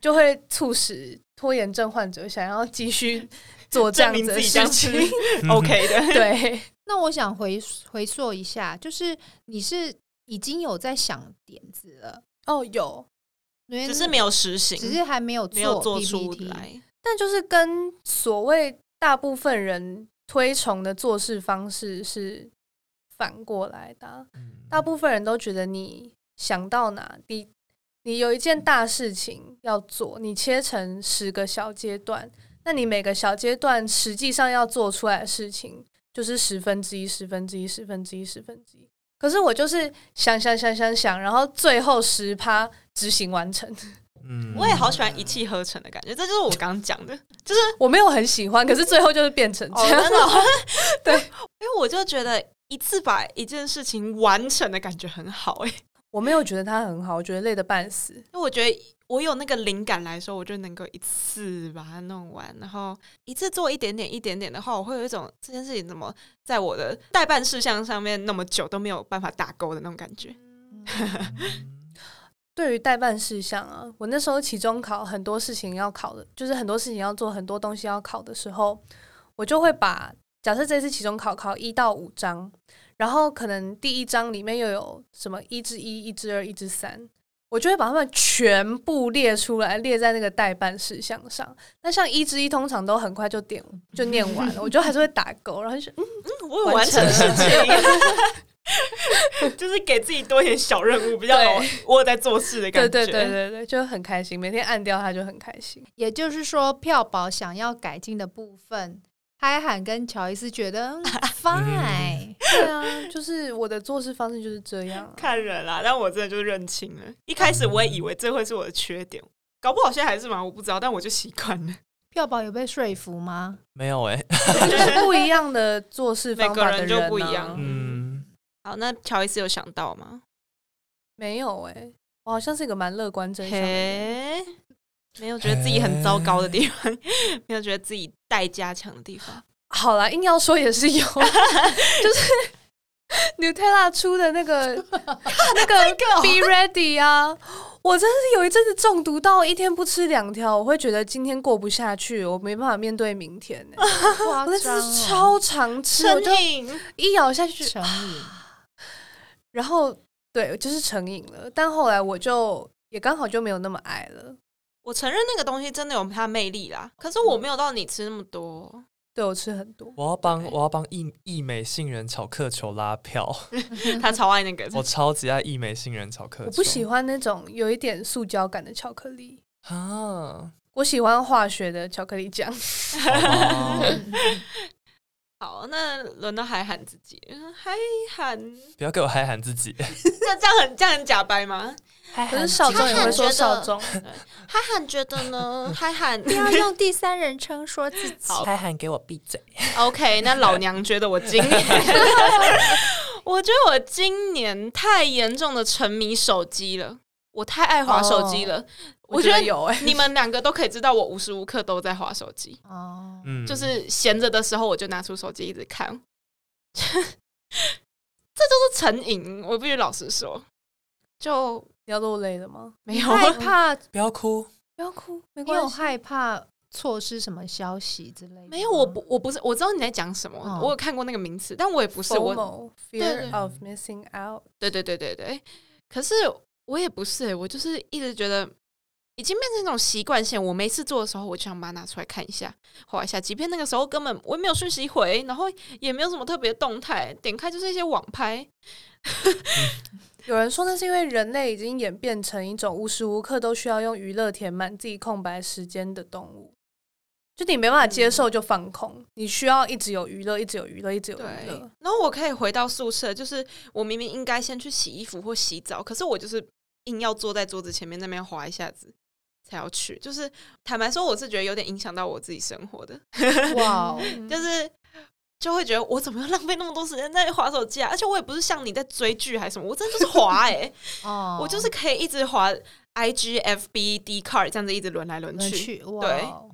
Speaker 2: 就会促使拖延症患者想要继续做这样子的事情
Speaker 1: 证。明自己 OK 的。
Speaker 2: 对，
Speaker 3: 那我想回回溯一下，就是你是已经有在想点子了，
Speaker 2: 哦，有，
Speaker 1: 只是没有实行，
Speaker 3: 只是还没有
Speaker 1: 没有做出
Speaker 3: PPT
Speaker 1: 来。
Speaker 2: 但就是跟所谓大部分人推崇的做事方式是反过来的啊、
Speaker 4: 嗯
Speaker 2: 大部分人都觉得你想到哪，你你有一件大事情要做，你切成十个小阶段，那你每个小阶段实际上要做出来的事情就是十分之一、十分之一、十分之一、十分之一。可是我就是想想想想想，然后最后十趴执行完成。
Speaker 4: 嗯
Speaker 1: 我也好喜欢一气呵成的感觉，这就是我刚刚讲的。
Speaker 2: 我没有很喜欢，可是最后就是 变成这样。
Speaker 1: 哦
Speaker 2: 对，
Speaker 1: 因为我就觉得一次把一件事情完成的感觉很好哎、 因
Speaker 2: 我没有觉得他很好，我觉得累得半死。
Speaker 1: 为我觉得我有那个灵感来说，我就能够一次把它弄完，然后一次做一点点一点点的话，我会有一种这件事情怎么在我的代办事项上面那么久都没有办法打勾的那种感觉。
Speaker 2: 对于代办事项啊，我那时候期中考很多事情要考的，就是很多事情要做，很多东西要考的时候，我就会把假设这次期中考考一到五章，然后可能第一章里面又有什么一至一、一至二、一至三，我就会把它们全部列出来，列在那个代办事项上。那像一至一通常都很快就点就念完了，我就还是会打勾，然后就说嗯
Speaker 1: 嗯我有完成事情。 就是给自己多一点小任务，比较好
Speaker 2: 对
Speaker 1: 我有在做事的感觉。
Speaker 2: 对对对对对，就很开心，每天按掉它就很开心。
Speaker 3: 也就是说，票宝想要改进的部分，嗨喊跟乔伊斯觉得 嗯 fine，
Speaker 2: 对啊，就是我的做事方式就是这样、啊。
Speaker 1: 看人啦、但我真的就认清了。一开始我也以为这会是我的缺点，搞不好现在还是嘛，我不知道，但我就习惯 了。
Speaker 3: 票宝有被说服吗？
Speaker 4: 没有哎，
Speaker 2: 就是不一样的做事方法的
Speaker 1: 每个人就
Speaker 2: 啊
Speaker 1: 不一样
Speaker 4: 嗯，
Speaker 1: 好，那乔伊斯有想到吗？
Speaker 2: 没有哎、我好像是一个蛮乐观正向的人。
Speaker 1: 嘿，没有觉得自己很糟糕的地方， 没有觉得自己待加强的地 方。
Speaker 2: 好啦，硬要说也 是有，就是 Nutella 出的那 个那个
Speaker 1: 哦
Speaker 2: Be Ready 啊，我真是有一阵子中毒到一天不吃两条，我会觉得今天过不下去，我没办法面对明天、欸。
Speaker 1: 哦
Speaker 3: 夸
Speaker 2: 我那
Speaker 3: 张
Speaker 2: 次
Speaker 3: 哦，
Speaker 2: 超常吃，我
Speaker 1: 成
Speaker 2: 就
Speaker 1: 瘾，
Speaker 2: 一咬下去，
Speaker 3: 成瘾。
Speaker 2: 然后对，就是成瘾了。但后来我就也刚好就没有那么爱了。
Speaker 1: 我承认那个东西真的有它魅力啦，可是我没有到你吃那么 多。
Speaker 2: 对我吃很多，
Speaker 4: 我要帮
Speaker 1: 对
Speaker 4: 我要帮益益美杏仁巧克球拉票，
Speaker 1: 他超爱那个，
Speaker 4: 我超级爱益美杏仁巧克球。
Speaker 2: 我不
Speaker 1: 哦
Speaker 2: 喜欢那种有一点塑胶感的巧克力，
Speaker 4: 啊，
Speaker 2: 我喜欢化学的巧克力酱。
Speaker 4: 好吧
Speaker 1: 好，那轮到海涵自己，海涵，
Speaker 4: 不要给我嗨喊自己。
Speaker 1: 那这样很这样很假掰吗？
Speaker 2: 可是少中也会说少中，
Speaker 1: 海涵觉得呢？ 海涵
Speaker 5: 不要用第三人称说自 己。
Speaker 4: 嗨喊给我闭嘴！
Speaker 1: OK，那老娘觉得我今年，我觉得我今年太严重的沉迷手机了，我太爱滑手机了。我觉
Speaker 2: 觉
Speaker 1: 得
Speaker 2: 得有哎、
Speaker 1: 你们两个都可以知道，我无时无刻都在滑手机，
Speaker 3: 哦，
Speaker 4: 嗯，
Speaker 1: 就是闲着的时候我就拿出手机一直看，这就是成瘾。我必须老实说，就
Speaker 2: 你要落泪了吗？
Speaker 1: 没有
Speaker 3: 害怕，
Speaker 4: 不要哭，
Speaker 2: 不要哭，没
Speaker 3: 你
Speaker 2: 关
Speaker 3: 有
Speaker 2: 系。
Speaker 3: 害怕错失什么消息之类的吗？
Speaker 1: 没有，我不我不是我知道你在讲什么，
Speaker 3: 哦
Speaker 1: 我有看过那个名词，但我也不是我
Speaker 2: FOMO
Speaker 1: 对
Speaker 2: fear of missing out，
Speaker 1: 对对对对对。可是我也不是欸、我就是一直觉得已经变成一种习惯性。我没事做的时候，我就想把它拿出来看一下，划一下。即便那个时候根本我也没有讯息回，然后也没有什么特别动态，点开就是一些网拍。
Speaker 2: 有人说那是因为人类已经演变成一种无时无刻都需要用娱乐填满自己空白时间的动物，就你没办法接受
Speaker 3: 嗯
Speaker 2: 就放空，你需要一直有娱乐，一直有娱乐，一直有
Speaker 1: 对
Speaker 2: 娱乐。，
Speaker 1: 然后我可以回到宿舍，就是我明明应该先去洗衣服或洗澡，可是我就是硬要坐在桌子前面那边划一下子。才要去，就是坦白说，我是觉得有点影响到我自己生活的。
Speaker 3: 哇哦，
Speaker 2: 嗯
Speaker 1: 就是就会觉得我怎么要浪费那么多时间在划手机啊？而且我也不是像你在追剧还是什么，我真的就是划哎、
Speaker 3: 哦，
Speaker 1: 我就是可以一直划 I G F B D card 这样子一直轮来轮
Speaker 3: 能
Speaker 1: 去。
Speaker 3: 去哇
Speaker 1: 对
Speaker 3: 哦，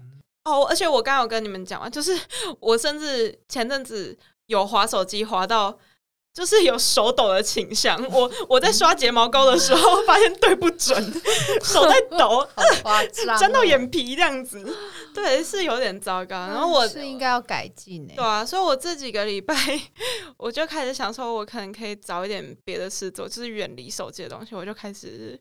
Speaker 1: 哦，而且我刚刚有跟你们讲啊，就是 我甚至前阵子有划手机划到。就是有手抖的倾向，我我在刷睫毛膏的时候发现对不准，手在 抖，
Speaker 3: 好夸张哦，
Speaker 1: 沾到眼皮这样子，对，是有点糟糕。然后我
Speaker 3: 是应该要改进
Speaker 1: 对
Speaker 3: 哎，
Speaker 1: 啊，所以我这几个礼拜我就开始想说，我可能可以找一点别的事做，就是远离手机的东西，我就开始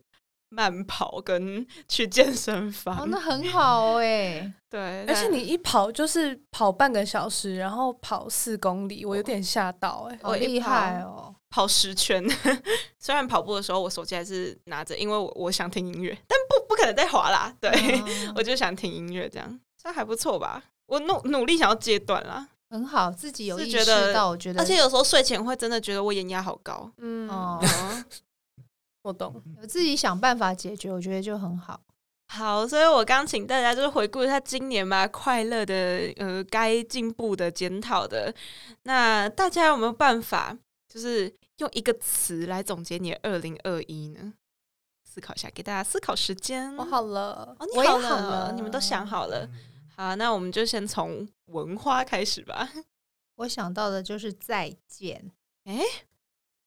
Speaker 1: 慢跑跟去健身房。
Speaker 3: 哦，那很好哎，
Speaker 1: 对，
Speaker 2: 而且
Speaker 1: 但
Speaker 2: 你一跑就是跑半个小时，然后跑四公里，我有点吓到哎、
Speaker 3: 好
Speaker 1: 我一
Speaker 3: 厉害哦，
Speaker 1: 跑十圈， 虽然跑步的时候我手机还是拿着，因为我我想听音乐，但不不可能再滑啦。对，
Speaker 3: 啊
Speaker 1: 我就想听音乐，这样这样还不错吧？我努努力想要戒断啦，
Speaker 3: 很好，自己有
Speaker 1: 是
Speaker 3: 意
Speaker 1: 觉
Speaker 3: 识
Speaker 1: 得
Speaker 3: 到，我觉得，
Speaker 1: 而且有时候睡前会真的觉得我眼压好 高。
Speaker 2: 嗯，
Speaker 3: 哦，嗯
Speaker 2: 我懂。
Speaker 3: 有自己想办法解决，我觉得就很好。
Speaker 1: 好，所以我刚请大家就是回顾一下今年吧，快乐的呃，该进步的、检讨的。那大家有没有办法，就是用一个词来总结你的二零二一呢？思考一下，给大家思考时间。
Speaker 2: 我好了，
Speaker 1: 哦，你
Speaker 3: 我也
Speaker 1: 好
Speaker 3: 好了
Speaker 1: 你们都想好了。好，那我们就先从文花开始 吧。
Speaker 3: 我想到的就是再见。
Speaker 1: 诶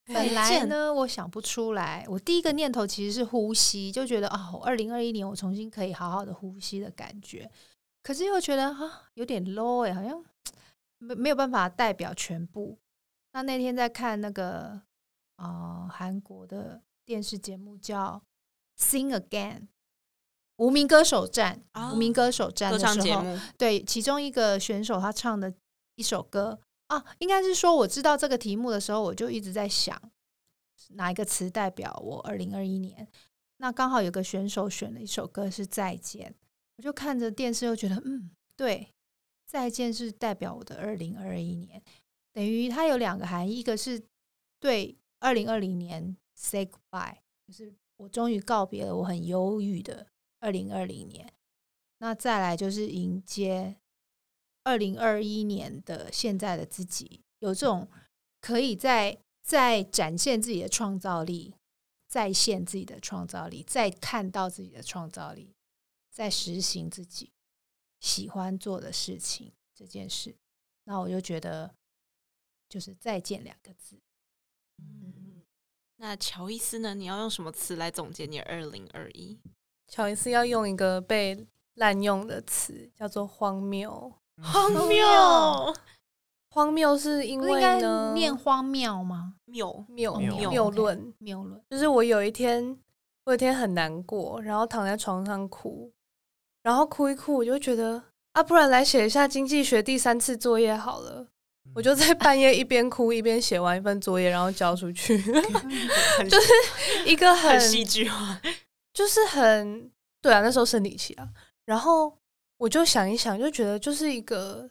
Speaker 3: 本
Speaker 1: 再
Speaker 3: 来
Speaker 1: 哎见
Speaker 3: 呢，我想不出来。我第一个念头其实是呼吸，就觉得啊，我二零二一年我重新可以好好的呼吸的感觉。可是又觉得啊，有点 low 哎、好像没没有办法代表全部。那那天在看那个啊韩、国的电视节目叫《Sing Again》，无名歌手战，
Speaker 1: 啊
Speaker 3: 无名歌手战
Speaker 1: 歌
Speaker 3: 的
Speaker 1: 唱
Speaker 3: 时
Speaker 1: 节
Speaker 3: 候，
Speaker 1: 目，
Speaker 3: 对，其中一个选手他唱的一首歌啊，应该是说我知道这个题目的时候，我就一直在想哪一个词代表我二零二一年。那刚好有个选手选了一首歌是《再见》，我就看着电视又觉得，嗯，对，《再见》是代表我的二零二一年，等于它有两个含义，一个是对二零二零年 say goodbye，就是我终于告别了我很忧郁的二零二零年。那再来就是迎接二零二一年的现在的自己，有这种可以在在展现自己的创造力，再现自己的创造力，再看到自己的创造力，在实行自己喜欢做的事情这件事。那我就觉得就是再见两个字，
Speaker 1: 那乔伊斯呢？你要用什么词来总结你二零二一？
Speaker 2: 乔伊斯要用一个被滥用的词，叫做荒谬。
Speaker 1: 荒
Speaker 3: 谬，
Speaker 2: 荒谬是因
Speaker 3: 不是应
Speaker 2: 为
Speaker 3: 该
Speaker 2: 呢，
Speaker 3: 念荒谬吗？
Speaker 1: 谬，
Speaker 2: 谬
Speaker 4: 谬
Speaker 2: 谬论。
Speaker 3: 谬论
Speaker 2: 就是我有一天，我有一天很难过，然后躺在床上哭，然后哭一哭，我就会觉得啊，不然来写一下经济学第三次作业好了。我就在半夜一边哭一边写完一份作业，然后交出去，
Speaker 1: 很
Speaker 2: 就是一个很
Speaker 1: 很戏剧化，
Speaker 2: 就是很对啊，那时候生理期啊，然后我就想一想，就觉得就是一个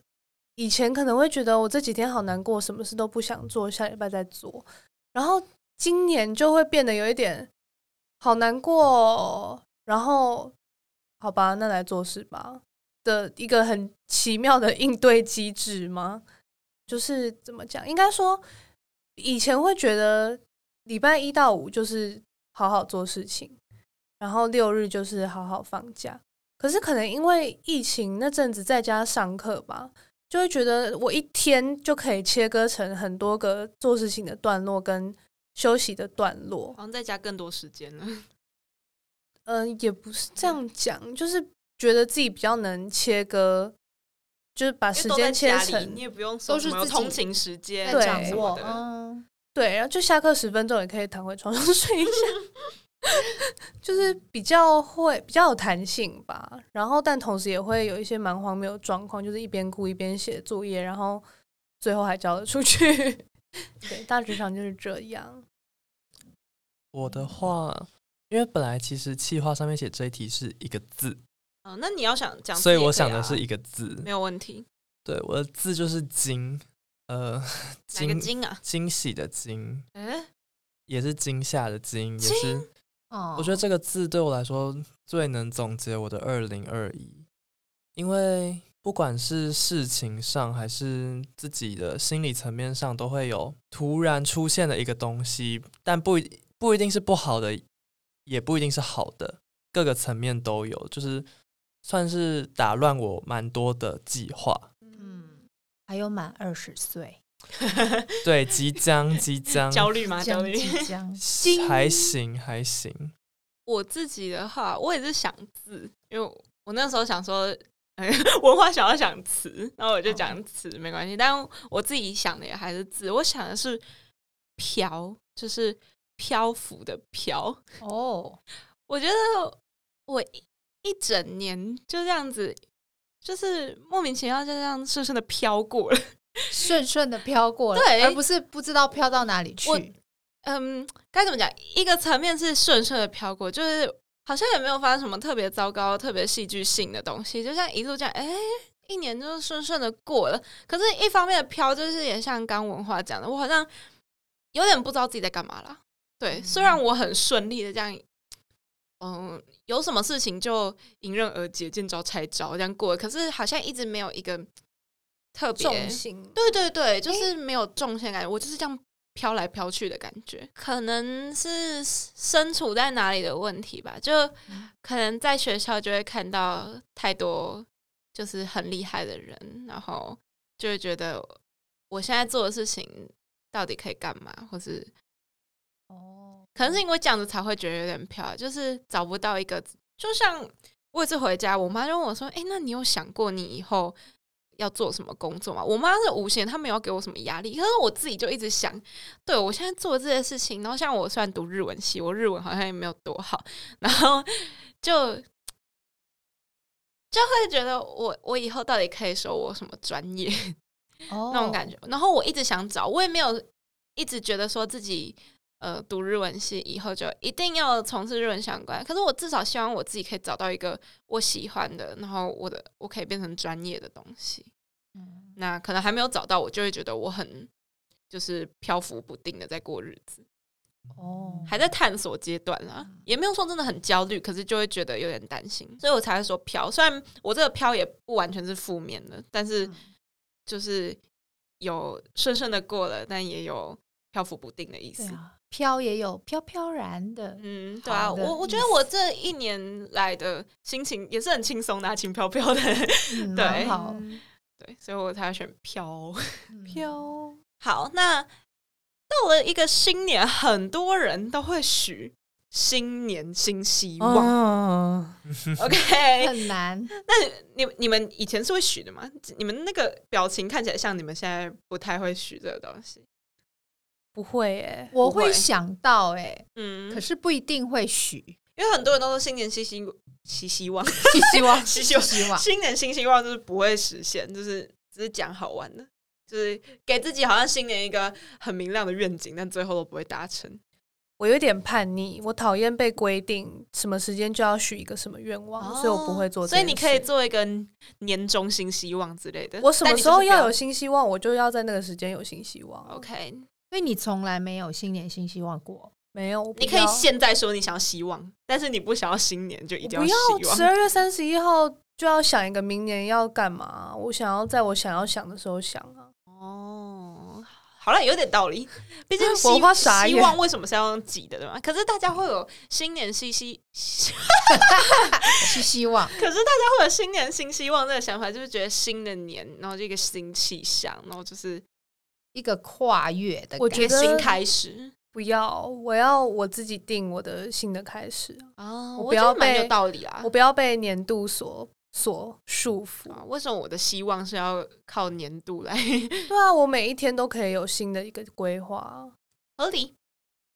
Speaker 2: 以前可能会觉得我这几天好难过，什么事都不想做，下礼拜再做，然后今年就会变得有一点好难过哦、然后好吧，那来做事吧的一个很奇妙的应对机制吗？就是怎么讲，应该说以前会觉得礼拜一到五就是好好做事情。然后六日就是好好放假。可是可能因为疫情那阵子在家上课吧，就会觉得我一天就可以切割成很多个做事情的段落跟休息的段落
Speaker 1: 好。像在家更多时间
Speaker 2: 啊
Speaker 1: 了。
Speaker 2: 嗯、也不是这样讲，就是觉得自己比较能切割，就是把时间切
Speaker 1: 因为都在家里你
Speaker 2: 成
Speaker 1: 也不用说什么
Speaker 3: 都是自己
Speaker 1: 通勤时间啊
Speaker 3: 在
Speaker 2: 对
Speaker 1: 什
Speaker 3: 掌
Speaker 1: 么
Speaker 3: 握，
Speaker 1: 的，
Speaker 3: 嗯，
Speaker 2: 对，然后就下课十分钟也可以躺回床上 睡一下，就是比较会比较有弹性吧。然后但同时也会有一些蛮荒谬的状况，就是一边哭一边写作业，然后最后还交了出去。 对，大致上就是这样。
Speaker 4: 我的话，因为本来其实企划上面写这一题是一个字，
Speaker 1: 嗯，那你要想讲，
Speaker 4: 所以我想的是一个字
Speaker 1: 啊没。有问题，
Speaker 4: 对，我的字就是惊，呃，
Speaker 1: 哪个
Speaker 4: 惊
Speaker 1: 金 啊？
Speaker 4: 惊喜的惊，
Speaker 2: 嗯
Speaker 1: 哎，
Speaker 4: 也是惊吓的惊，也
Speaker 1: 惊
Speaker 4: 是
Speaker 3: 哦，
Speaker 4: 我觉得这个字对我来说最能总结我的二零二一，因为不管是事情上还是自己的心理层面上，都会有突然出现的一个东西，但不一不一定是不好的，也不一定是好的，各个层面都有，就是算是打乱我蛮多的计划。
Speaker 3: 嗯，还有满二十岁，
Speaker 4: 对，即将即 将
Speaker 1: 焦虑吗？
Speaker 3: 即
Speaker 1: 焦
Speaker 3: 将
Speaker 1: 虑。
Speaker 3: 即 将，
Speaker 4: 还行还行，
Speaker 1: 我自己的话，我也是想字，因为我那时候想说，哎 文化想要想词，然后我就
Speaker 2: 哦
Speaker 1: 讲词没关系。但我自己想的也还是字，我想的是漂，就是漂浮的漂。
Speaker 3: 哦，
Speaker 1: 我觉得我一一整年就这样子，就是莫名其妙就这样顺顺的飘过了。
Speaker 3: 顺顺的飘过了，
Speaker 1: 对
Speaker 3: 而不是不知道飘到哪里去
Speaker 1: 我。嗯，该怎么讲？一个层面是顺顺的飘过，就是好像也没有发生什么特别糟糕、特别戏剧性的东西，就像一路这样，哎、一年就是顺顺的过了。可是，一方面的飘，就是也像刚文化讲的，我好像有点不知道自己在干嘛啦。对，虽然我很顺利的这样，嗯，有什么事情就迎刃而解，见招拆招这样过了，可是好像一直没有一个特别
Speaker 2: 重心
Speaker 1: 对对对，就是没有重线感觉，我就是这样飘来飘去的感觉，可能是身处在哪里的问题吧。就可能在学校就会看到太多就是很厉害的人，然后就会觉得我现在做的事情到底可以干嘛，或是
Speaker 3: 哦，
Speaker 1: 可能是因为这样子才会觉得有点飘，就是找不到一个，就像我有一次回家，我妈就问我说：“哎、那你有想过你以后要做什么工作吗？”我妈是无限，她没有给我什么压力，可是我自己就一直想，对我现在做这些事情，然后像我虽然读日文系，我日文好像也没有多好，然后就就会觉得我我以后到底可以说我什么专业？那
Speaker 3: 那
Speaker 1: 种感觉。然后我一直想找，我也没有一直觉得说自己呃读日文系以后就一定要从事日文相关，可是我至少希望我自己可以找到一个我喜欢的，然后我的我可以变成专业的东西。
Speaker 3: 嗯
Speaker 1: 那可能还没有找到，我就会觉得我很就是漂浮不定的在过日子，
Speaker 3: 哦，
Speaker 1: 还在探索阶段啦，
Speaker 3: 嗯
Speaker 1: 也没有说真的很焦虑，可是就会觉得有点担心，所以我才会说飘。虽然我这个飘也不完全是负面的，但是
Speaker 3: 嗯
Speaker 1: 就是有顺顺的过了，但也有漂浮不定的意
Speaker 3: 对
Speaker 1: 思。
Speaker 3: 啊，飘也有飘飘然的，
Speaker 1: 嗯，对啊，
Speaker 3: 好的
Speaker 1: 我我觉
Speaker 3: 意
Speaker 1: 得
Speaker 3: 思
Speaker 1: 我这一年来的心情也是很轻松的、啊，轻飘飘的，
Speaker 3: 嗯
Speaker 1: 对
Speaker 3: 蛮好
Speaker 1: 对，所以我才选飘。
Speaker 3: 嗯
Speaker 2: 飘，
Speaker 1: 好，那到了一个新年，很多人都会许新年新希
Speaker 3: 哦
Speaker 1: 望。
Speaker 2: 嗯，
Speaker 1: OK，
Speaker 3: 很难，
Speaker 1: 哎你你们以前是会许的吗？你们那个表情看起来像你们现在不太会许这个东西。
Speaker 2: 不会诶、
Speaker 3: 我
Speaker 1: 不会
Speaker 3: 会想到哎，
Speaker 1: 嗯，
Speaker 3: 可是不一定会许，
Speaker 1: 因为很多人都说新年新希新希望，
Speaker 3: 希希望，
Speaker 1: 希希望
Speaker 3: 希望，
Speaker 1: 新年新希望就是不会实现，就是只是讲好玩的，就是给自己好像新年一个很明亮的愿景，但最后都不会达成。
Speaker 2: 我有点叛逆，我讨厌被规定什么时间就要许一个什么愿望，所以我不会做
Speaker 1: 哦所
Speaker 2: 这
Speaker 1: 以
Speaker 2: 件事。
Speaker 1: 你可以做一个年终新希望之类的。
Speaker 2: 我什么时候要
Speaker 1: 但你
Speaker 2: 有
Speaker 1: 就是
Speaker 2: 新希望，我就要在那个时间有新希望
Speaker 1: 不。要 OK？
Speaker 3: 所以你从来没有新年新希望 过。
Speaker 2: 没有，我不
Speaker 1: 你可以
Speaker 2: 要
Speaker 1: 现在说你想要希望，但是你不想要新年，就一
Speaker 2: 我
Speaker 1: 定
Speaker 2: 不
Speaker 1: 希
Speaker 2: 要
Speaker 1: 望。
Speaker 2: 十二月三十一号就要想一个明年要干嘛，我想要在我想要想的时候想啊。
Speaker 1: 哦，好了，有点道 理。毕竟希
Speaker 2: 我怕傻眼
Speaker 1: 希望为什么是要用挤的，对吗？可是大家会有新年新希，
Speaker 3: 是希望
Speaker 1: 可是大家会有新年新希望这个想法，就是觉得新的年，然后这个新气象，然后就是
Speaker 3: 一个跨越的感，
Speaker 2: 我
Speaker 1: 一
Speaker 2: 觉
Speaker 1: 个
Speaker 2: 得
Speaker 1: 新开始
Speaker 2: 不要，我要我自己定我的新的开始，
Speaker 1: 啊
Speaker 2: 我
Speaker 1: 我
Speaker 2: 不要
Speaker 1: 觉得蛮
Speaker 2: 被
Speaker 1: 有道理啊
Speaker 2: 我。不要被年度所所束缚。
Speaker 1: 啊为什么我的希望是要靠年度来
Speaker 2: 对啊，我每一天都可以有新的一个规划，啊
Speaker 1: 合理？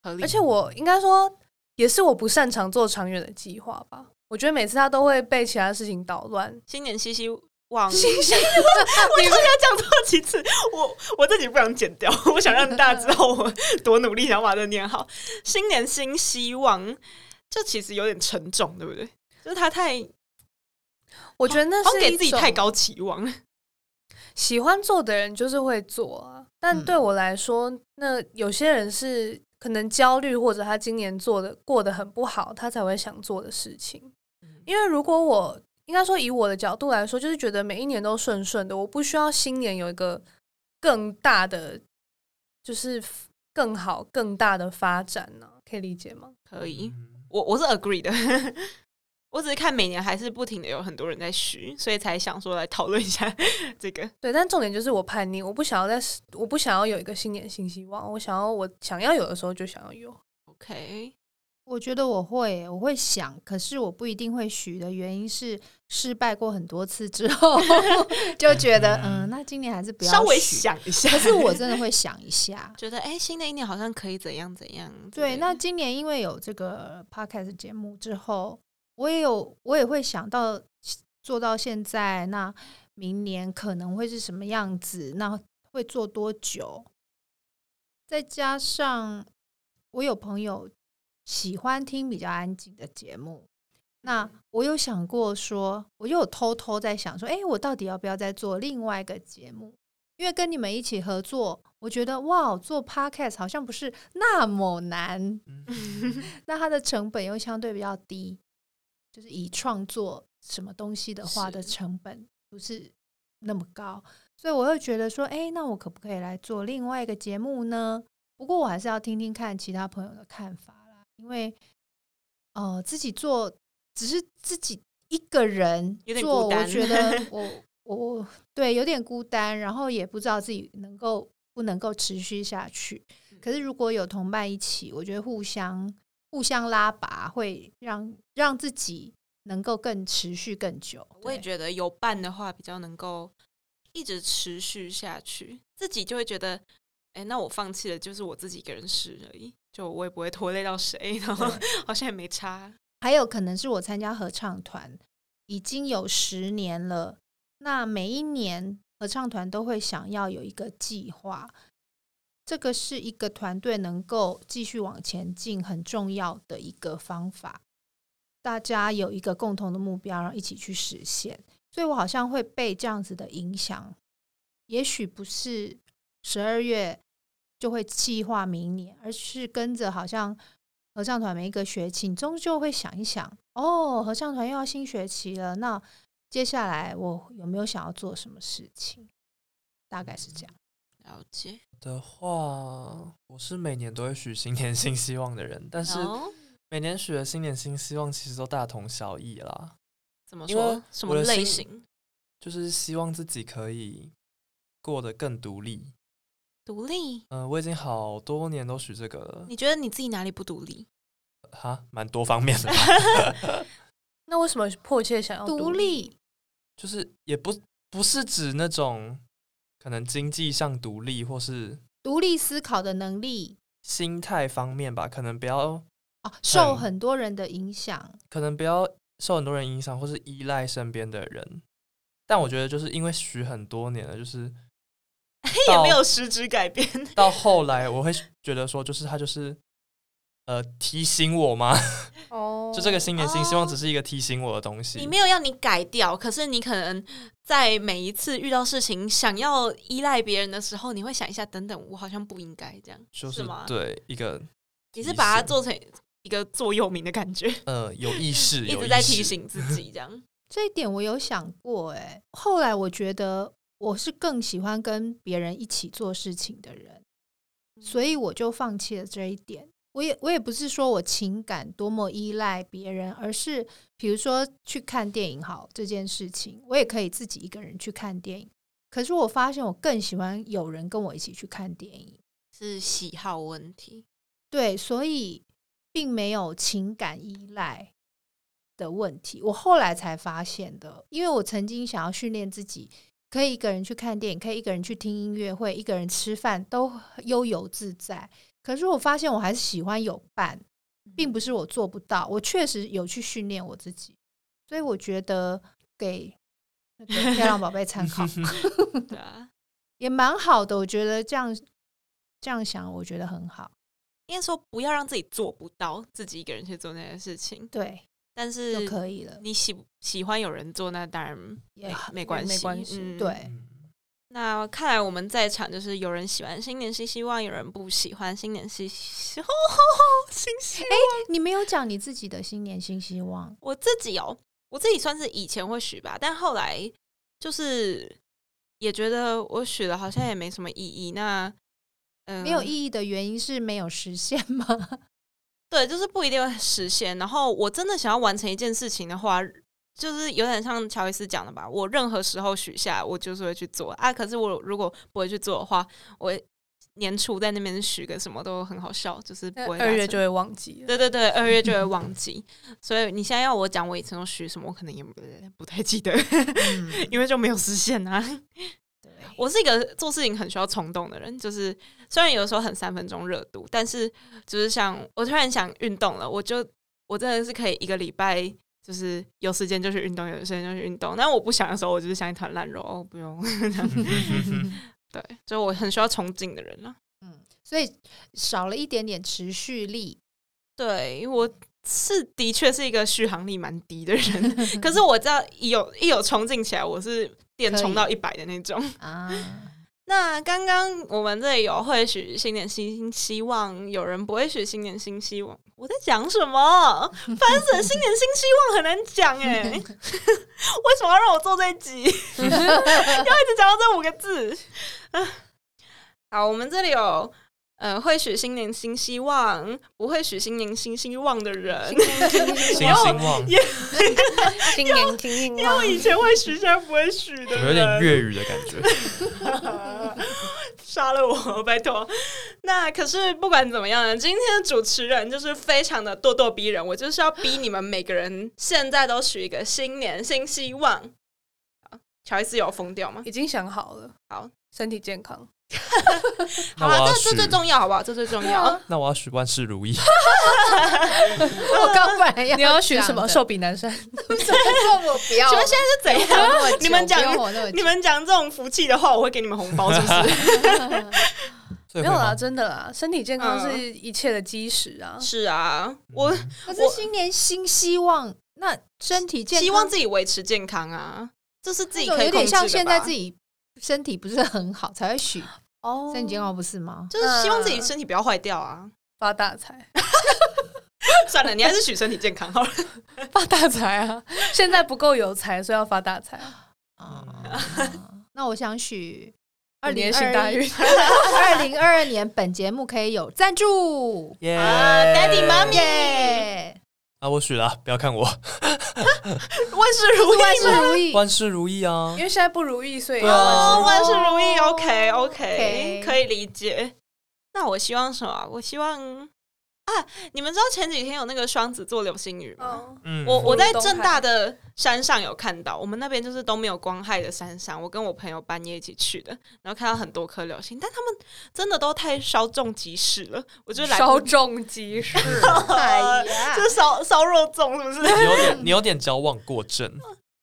Speaker 1: 合理，
Speaker 2: 而且我应该说，也是我不擅长做长远的计划吧。我觉得每次他都会被其他事情捣乱，
Speaker 1: 新年新希望，新希望，我刚刚讲错几次，我我自己不想剪掉， 我想让大家知道我多努力，想把这念好。新年新希望，这其实有点沉重，对不对？就是他太，
Speaker 2: 我觉得那
Speaker 1: 好像
Speaker 2: 是
Speaker 1: 给
Speaker 2: 一
Speaker 1: 自己
Speaker 2: 种
Speaker 1: 太高期望了。
Speaker 2: 喜欢做的人就是会做啊，但
Speaker 3: 嗯
Speaker 2: 对我来说，那有些人是可能焦虑，或者他今年做的过得很不好，他才会想做的事情。因为如果我应该说以我的角度来说，就是觉得每一年都顺顺的，我不需要新年有一个更大的，就是更好、更大的发展呢、可以理解吗？
Speaker 1: 可以，
Speaker 4: 嗯
Speaker 1: 我我是 agree 的， 我只是看每年还是不停的有很多人在许，所以才想说来讨论一下这个。
Speaker 2: 对，但重点就是我叛逆，我不想要在，我不想要有一个新年新希望，我想要我想要有的时候就想要有。
Speaker 1: OK，
Speaker 3: 我觉得我会，我会想，可是我不一定会许的原因是失败过很多次之 后，就觉得嗯，那今年还是不要
Speaker 1: 稍微
Speaker 3: 许。
Speaker 1: 想一下，。
Speaker 3: 可是我真的会想一下
Speaker 1: 觉得，哎、新的一年好像可以怎样怎样之类
Speaker 3: 对，
Speaker 1: 的。
Speaker 3: 那今年因为有这个 podcast 节目之后，我也有我也会想到做到现在，那明年可能会是什么样子？那会做多久？再加上我有朋友喜欢听比较安静的节目，那我有想过说，我又有偷偷在想说，哎、我到底要不要再做另外一个节目？因为跟你们一起合作，我觉得哇，做 podcast 好像不是那么难，那它的成本又相对比较低，就是以创作什么东西的话
Speaker 1: 是
Speaker 3: 的成本不是那么高，所以我会觉得说，哎、那我可不可以来做另外一个节目呢？不过我还是要听听看其他朋友的看法啦，因为呃，自己做只是自己一个人
Speaker 1: 有点
Speaker 3: 做，
Speaker 1: 孤单
Speaker 3: 我 觉得我我我对有点孤单，然后也不知道自己能够不能够持续下去。
Speaker 1: 嗯
Speaker 3: 可是如果有同伴一起，我觉得互相互相拉拔，会让让自己能够更持续更久。
Speaker 1: 我也
Speaker 3: 对
Speaker 1: 觉得有伴的话比较能够一直持续下去，自己就会觉得，哎、那我放弃了，就是我自己一个人试而已，就我也不会拖累到谁，然后好像也没差。
Speaker 3: 还有可能是我参加合唱团已经有十年了，那每一年合唱团都会想要有一个计划，这个是一个团队能够继续往前进很重要的一个方法。大家有一个共同的目标，然后一起去实现。所以我好像会被这样子的影响，也许不是十二月就会计划明年，而是跟着好像合唱团每一个学期，你终究会想一想，哦，合唱团又要新学期了，那接下来我有没有想要做什么事情？大概是这
Speaker 2: 嗯
Speaker 3: 样。
Speaker 1: 了解，
Speaker 4: 的话，我是每年都会许新年新希望的人，但是
Speaker 1: 哦
Speaker 4: 每年许的新年新希望其实都大同小异啦，
Speaker 1: 怎么
Speaker 4: 因为
Speaker 1: 说？什
Speaker 4: 我
Speaker 1: 么
Speaker 4: 的
Speaker 1: 类
Speaker 4: 心
Speaker 1: 型？
Speaker 4: 就是希望自己可以过得更独立。
Speaker 1: 独立？
Speaker 4: 嗯、我已经好多年都许这个了
Speaker 1: 你，觉得你自己哪里不独立？
Speaker 4: 哈，蛮多方面的 吧，
Speaker 2: 那为什么迫切想要
Speaker 3: 独
Speaker 2: 立？
Speaker 3: 立，
Speaker 4: 就是也不不是指那种可能经济上独立或是
Speaker 3: 独立思考的能力，
Speaker 4: 心态方面吧，可能不要
Speaker 3: 哦，受
Speaker 4: 很
Speaker 3: 很多人的影响，
Speaker 4: 可能不要受很多人影响，或是依赖身边的人。但我觉得，就是因为许很多年了，就是
Speaker 1: 也
Speaker 4: 到
Speaker 1: 没有实质改 变。
Speaker 4: 到后来，我会觉得说，就是他就是呃提醒我嘛，
Speaker 2: 哦
Speaker 4: 就这个新年新希望
Speaker 1: 哦
Speaker 4: 只是一个提醒我的东西
Speaker 1: 你。没有要你改掉，可是你可能在每一次遇到事情想要依赖别人的时候，你会想一下，等等，我好像不应该这样，
Speaker 4: 就是
Speaker 1: 吗？
Speaker 4: 对一个
Speaker 1: 你是把它
Speaker 4: 提醒
Speaker 1: 做成一个座右铭的感觉，
Speaker 4: 呃有意识，
Speaker 1: 一
Speaker 4: 有
Speaker 1: 直
Speaker 4: 意
Speaker 1: 在
Speaker 4: 识
Speaker 1: 提。醒自己这样。
Speaker 3: 这一点我有想过哎、后来我觉得我是更喜欢跟别人一起做事情的人，所以我就放弃了这一点。我也我也不是说我情感多么依赖别人，而是比如说去看电影好这件事情，我也可以自己一个人去看电影。可是我发现我更喜欢有人跟我一起去看电影，
Speaker 1: 是喜好问题，
Speaker 3: 对，所以并没有情感依赖的问题。我后来才发现的，因为我曾经想要训练自己，可以一个人去看电影，可以一个人去听音乐会，一个人吃饭都悠游自在。可是我发现我还是喜欢有伴，并不是我做不到，我确实有去训练我自己，所以我觉得给那个漂亮宝贝参考
Speaker 1: 对啊。
Speaker 3: 也蛮好的。我觉得这样这样想，我觉得很好。
Speaker 1: 应该说不要让自己做不到，自己一个人去做那件事情，
Speaker 3: 对，
Speaker 1: 但
Speaker 3: 就是可以了。
Speaker 1: 你喜喜欢有人做，那当然
Speaker 3: 也很
Speaker 1: 没关系，
Speaker 2: 没关系
Speaker 1: 嗯
Speaker 3: 对，
Speaker 4: 嗯
Speaker 1: 那看来我们在场就是有人喜欢新年新希望，有人不喜欢新年新希 望。新希望，
Speaker 3: 你没有讲你自己的新年新希望，
Speaker 1: 我自己哦，我自己算是以前会许吧，但后来就是也觉得我许了好像也没什么意义。那嗯，
Speaker 3: 没有意义的原因是没有实现吗？
Speaker 1: 对，就是不一定会实现。然后我真的想要完成一件事情的话，就是有点像乔伊斯讲的吧，我任何时候许下，我就是会去做啊。可是我如果不会去做的话，我年初在那边许个什么都很好笑，就是不会
Speaker 4: 啊
Speaker 1: 达
Speaker 2: 二月
Speaker 1: 成
Speaker 2: 就会忘记了。
Speaker 1: 对对对，二月就会忘记。所以你现在要我讲我以前都许什么，我可能也不不太记得， 因为就没有实现啊。
Speaker 3: 对，
Speaker 1: 我是一个做事情很需要冲动的人，就是虽然有的时候很三分钟热度，但是就是像我突然想运动了，我就我真的是可以一个礼拜。就是有时间就去运动，有时间就去运动。但我不想的时候，我就是像一团烂肉。哦，不用。
Speaker 4: 嗯
Speaker 1: 嗯对，就我很需要冲劲的人啦。 啊
Speaker 3: 嗯，所以少了一点点持续力。
Speaker 1: 对，我是的确是一个续航力蛮低的人，可是我知道一有一有冲劲起来，我是电冲到一百的那种。
Speaker 3: 啊，
Speaker 1: 那刚刚我们这里有会许新年新希望，有人不会许新年新希望。我在讲什么？翻审新年新希望很难讲 哎、为什么要让我做这一集？要 一直讲到这五个字。 啊好，我们这里有呃会许新年新希望，不会许新年新希望的人。
Speaker 4: 新兴旺，
Speaker 2: 新年听听
Speaker 1: 因为我以前会许，现在不会许的
Speaker 4: 怎
Speaker 1: 人，
Speaker 4: 么有点粤语的感 觉？
Speaker 1: 杀了我，拜托。那可是不管怎么样呢，今天的主持人就是非常的咄咄逼人，我就是要逼你们每个人现在都许一个新年新希望。好乔伊斯有疯掉吗？
Speaker 2: 已经想好了，
Speaker 1: 好，
Speaker 2: 身体健康。
Speaker 1: 好
Speaker 4: 那
Speaker 1: 啊
Speaker 4: 我
Speaker 1: 啦，
Speaker 4: 要
Speaker 1: 这这最
Speaker 4: 许，
Speaker 1: 重要，好不好？这最重 要。
Speaker 4: 那我要许万 事如意。
Speaker 3: 我刚本来要
Speaker 2: 你要选什么？寿
Speaker 3: 说
Speaker 2: 比南山。
Speaker 3: 我不要
Speaker 1: 请 问现在是怎样？
Speaker 3: 我
Speaker 1: 你们讲
Speaker 3: 我那么
Speaker 1: 你们讲这种福气的话，我会给你们红包，是不 是？
Speaker 4: 没
Speaker 2: 没有啦，真的啦，身体健康是一切的基石啊。
Speaker 1: 是啊，
Speaker 4: 嗯
Speaker 1: 我
Speaker 3: 可是新年新希望，那身体健康，
Speaker 1: 希望自己维持健康啊，这是自己可
Speaker 3: 那
Speaker 1: 以
Speaker 3: 种有
Speaker 1: 控制
Speaker 3: 点
Speaker 1: 的
Speaker 3: 像现在
Speaker 1: 吧
Speaker 3: 自己身体不是很好才会许
Speaker 2: 哦
Speaker 3: 身体健康，不是吗？
Speaker 1: 就是希望自己
Speaker 2: 嗯
Speaker 1: 身体不要坏掉 啊。
Speaker 2: 发大财，
Speaker 1: 算了，你还是许身体健康好了。
Speaker 2: 发大财啊！现在不够有财，所以要发大财。
Speaker 1: 嗯
Speaker 3: 啊，那我 想许二
Speaker 2: 虎
Speaker 3: 零
Speaker 2: 年行大运
Speaker 3: 二零二二年本节目可以有赞助，
Speaker 4: 耶
Speaker 1: 啊，Daddy 妈咪
Speaker 3: 耶，
Speaker 4: 啊，我许了，不要看我，
Speaker 1: 万事如
Speaker 3: 万
Speaker 1: 意
Speaker 3: 事
Speaker 1: 吗？
Speaker 3: 如意。
Speaker 4: 万事如意啊
Speaker 2: 因！为现在不如意，所以
Speaker 4: 对啊
Speaker 1: 哦，
Speaker 2: 要
Speaker 1: 万事如意
Speaker 3: 哦
Speaker 1: ，OK OK，
Speaker 3: OK
Speaker 1: 可以理解。那我希望什么啊？我希望啊，你们知道前几天有那个双子座流星雨吗？
Speaker 2: 嗯，
Speaker 4: 嗯，
Speaker 1: 我我在
Speaker 2: 东
Speaker 1: 正大
Speaker 2: 海
Speaker 1: 的山上有看到，我们那边就是都没有光害的山上，我跟我朋友半夜一起去的，然后看到很多颗流星，但他们真的都太稍纵即逝了，我就来不
Speaker 2: 稍纵即逝。
Speaker 5: 哎呀，
Speaker 1: 就烧烧肉粽是不是？
Speaker 4: 你有点你有点矫枉过正，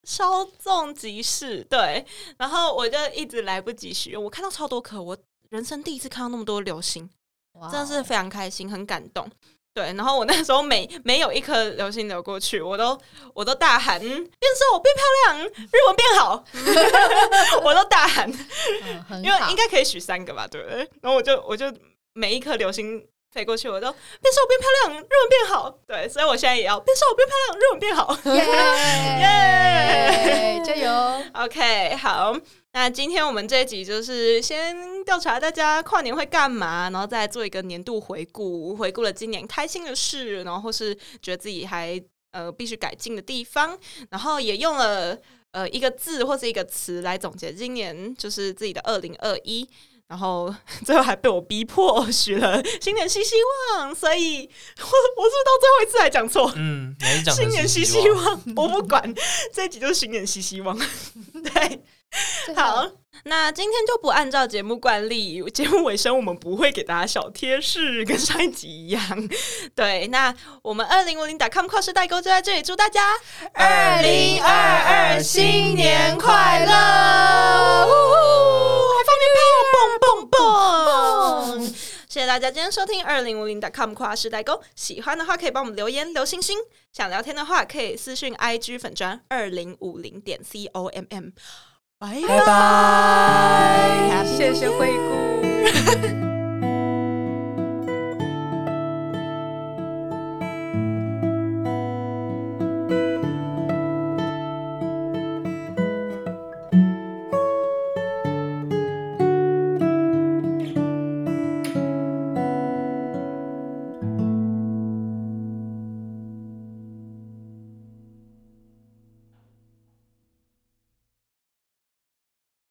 Speaker 1: 稍纵即逝，对。然后我就一直来不及许愿，我看到超多颗，我人生第一次看到那么多流星，
Speaker 3: 哇哦
Speaker 1: 真的是非常开心，很感动。对，然后我那时候每 每有一颗流星流过去，我都我都大喊嗯变瘦变漂亮，日文变好， 我都大喊，
Speaker 3: 嗯很
Speaker 1: 因为
Speaker 3: 好
Speaker 1: 应该可以许三个吧，对不对？然后我就我就每一颗流星飞过去，我都变瘦变漂亮，日文变好。对，所以我现在也要变瘦变漂亮，日文变好。
Speaker 3: 耶
Speaker 1: 耶
Speaker 3: 加油！
Speaker 1: OK，好，那今天我们这一集就是先调查大家跨年会干嘛，然后再做一个年度回顾，回顾了今年开心的事，然后或是觉得自己还呃必须改进的地方，然后也用了呃一个字或是一个词来总结今年就是自己的二零二一。然后最后还被我逼迫许了新年新希望，所以 我我是不是到最后一次还讲错？
Speaker 4: 嗯，你讲
Speaker 1: 新
Speaker 4: 成
Speaker 1: 年
Speaker 4: 是
Speaker 1: 新
Speaker 4: 希
Speaker 1: 希望，我不管，这一集就是新年新希望。 对，
Speaker 3: 最后
Speaker 1: 好，那今天就不按照节目惯例，节目尾声我们不会给大家小贴士，跟上一集一样。对，那我们二零五零 .com 跨世代沟就在这里，祝大家
Speaker 3: 2022新年快乐
Speaker 1: 呜呼还放鞭炮，蹦蹦蹦！谢谢大家今天收听二零五零 .com 跨世代沟，喜欢的话可以帮我们留言留星星，想聊天的话可以私讯 IG 粉砖二零五零点 comm。拜拜
Speaker 4: 拜拜。
Speaker 2: 谢谢惠顾。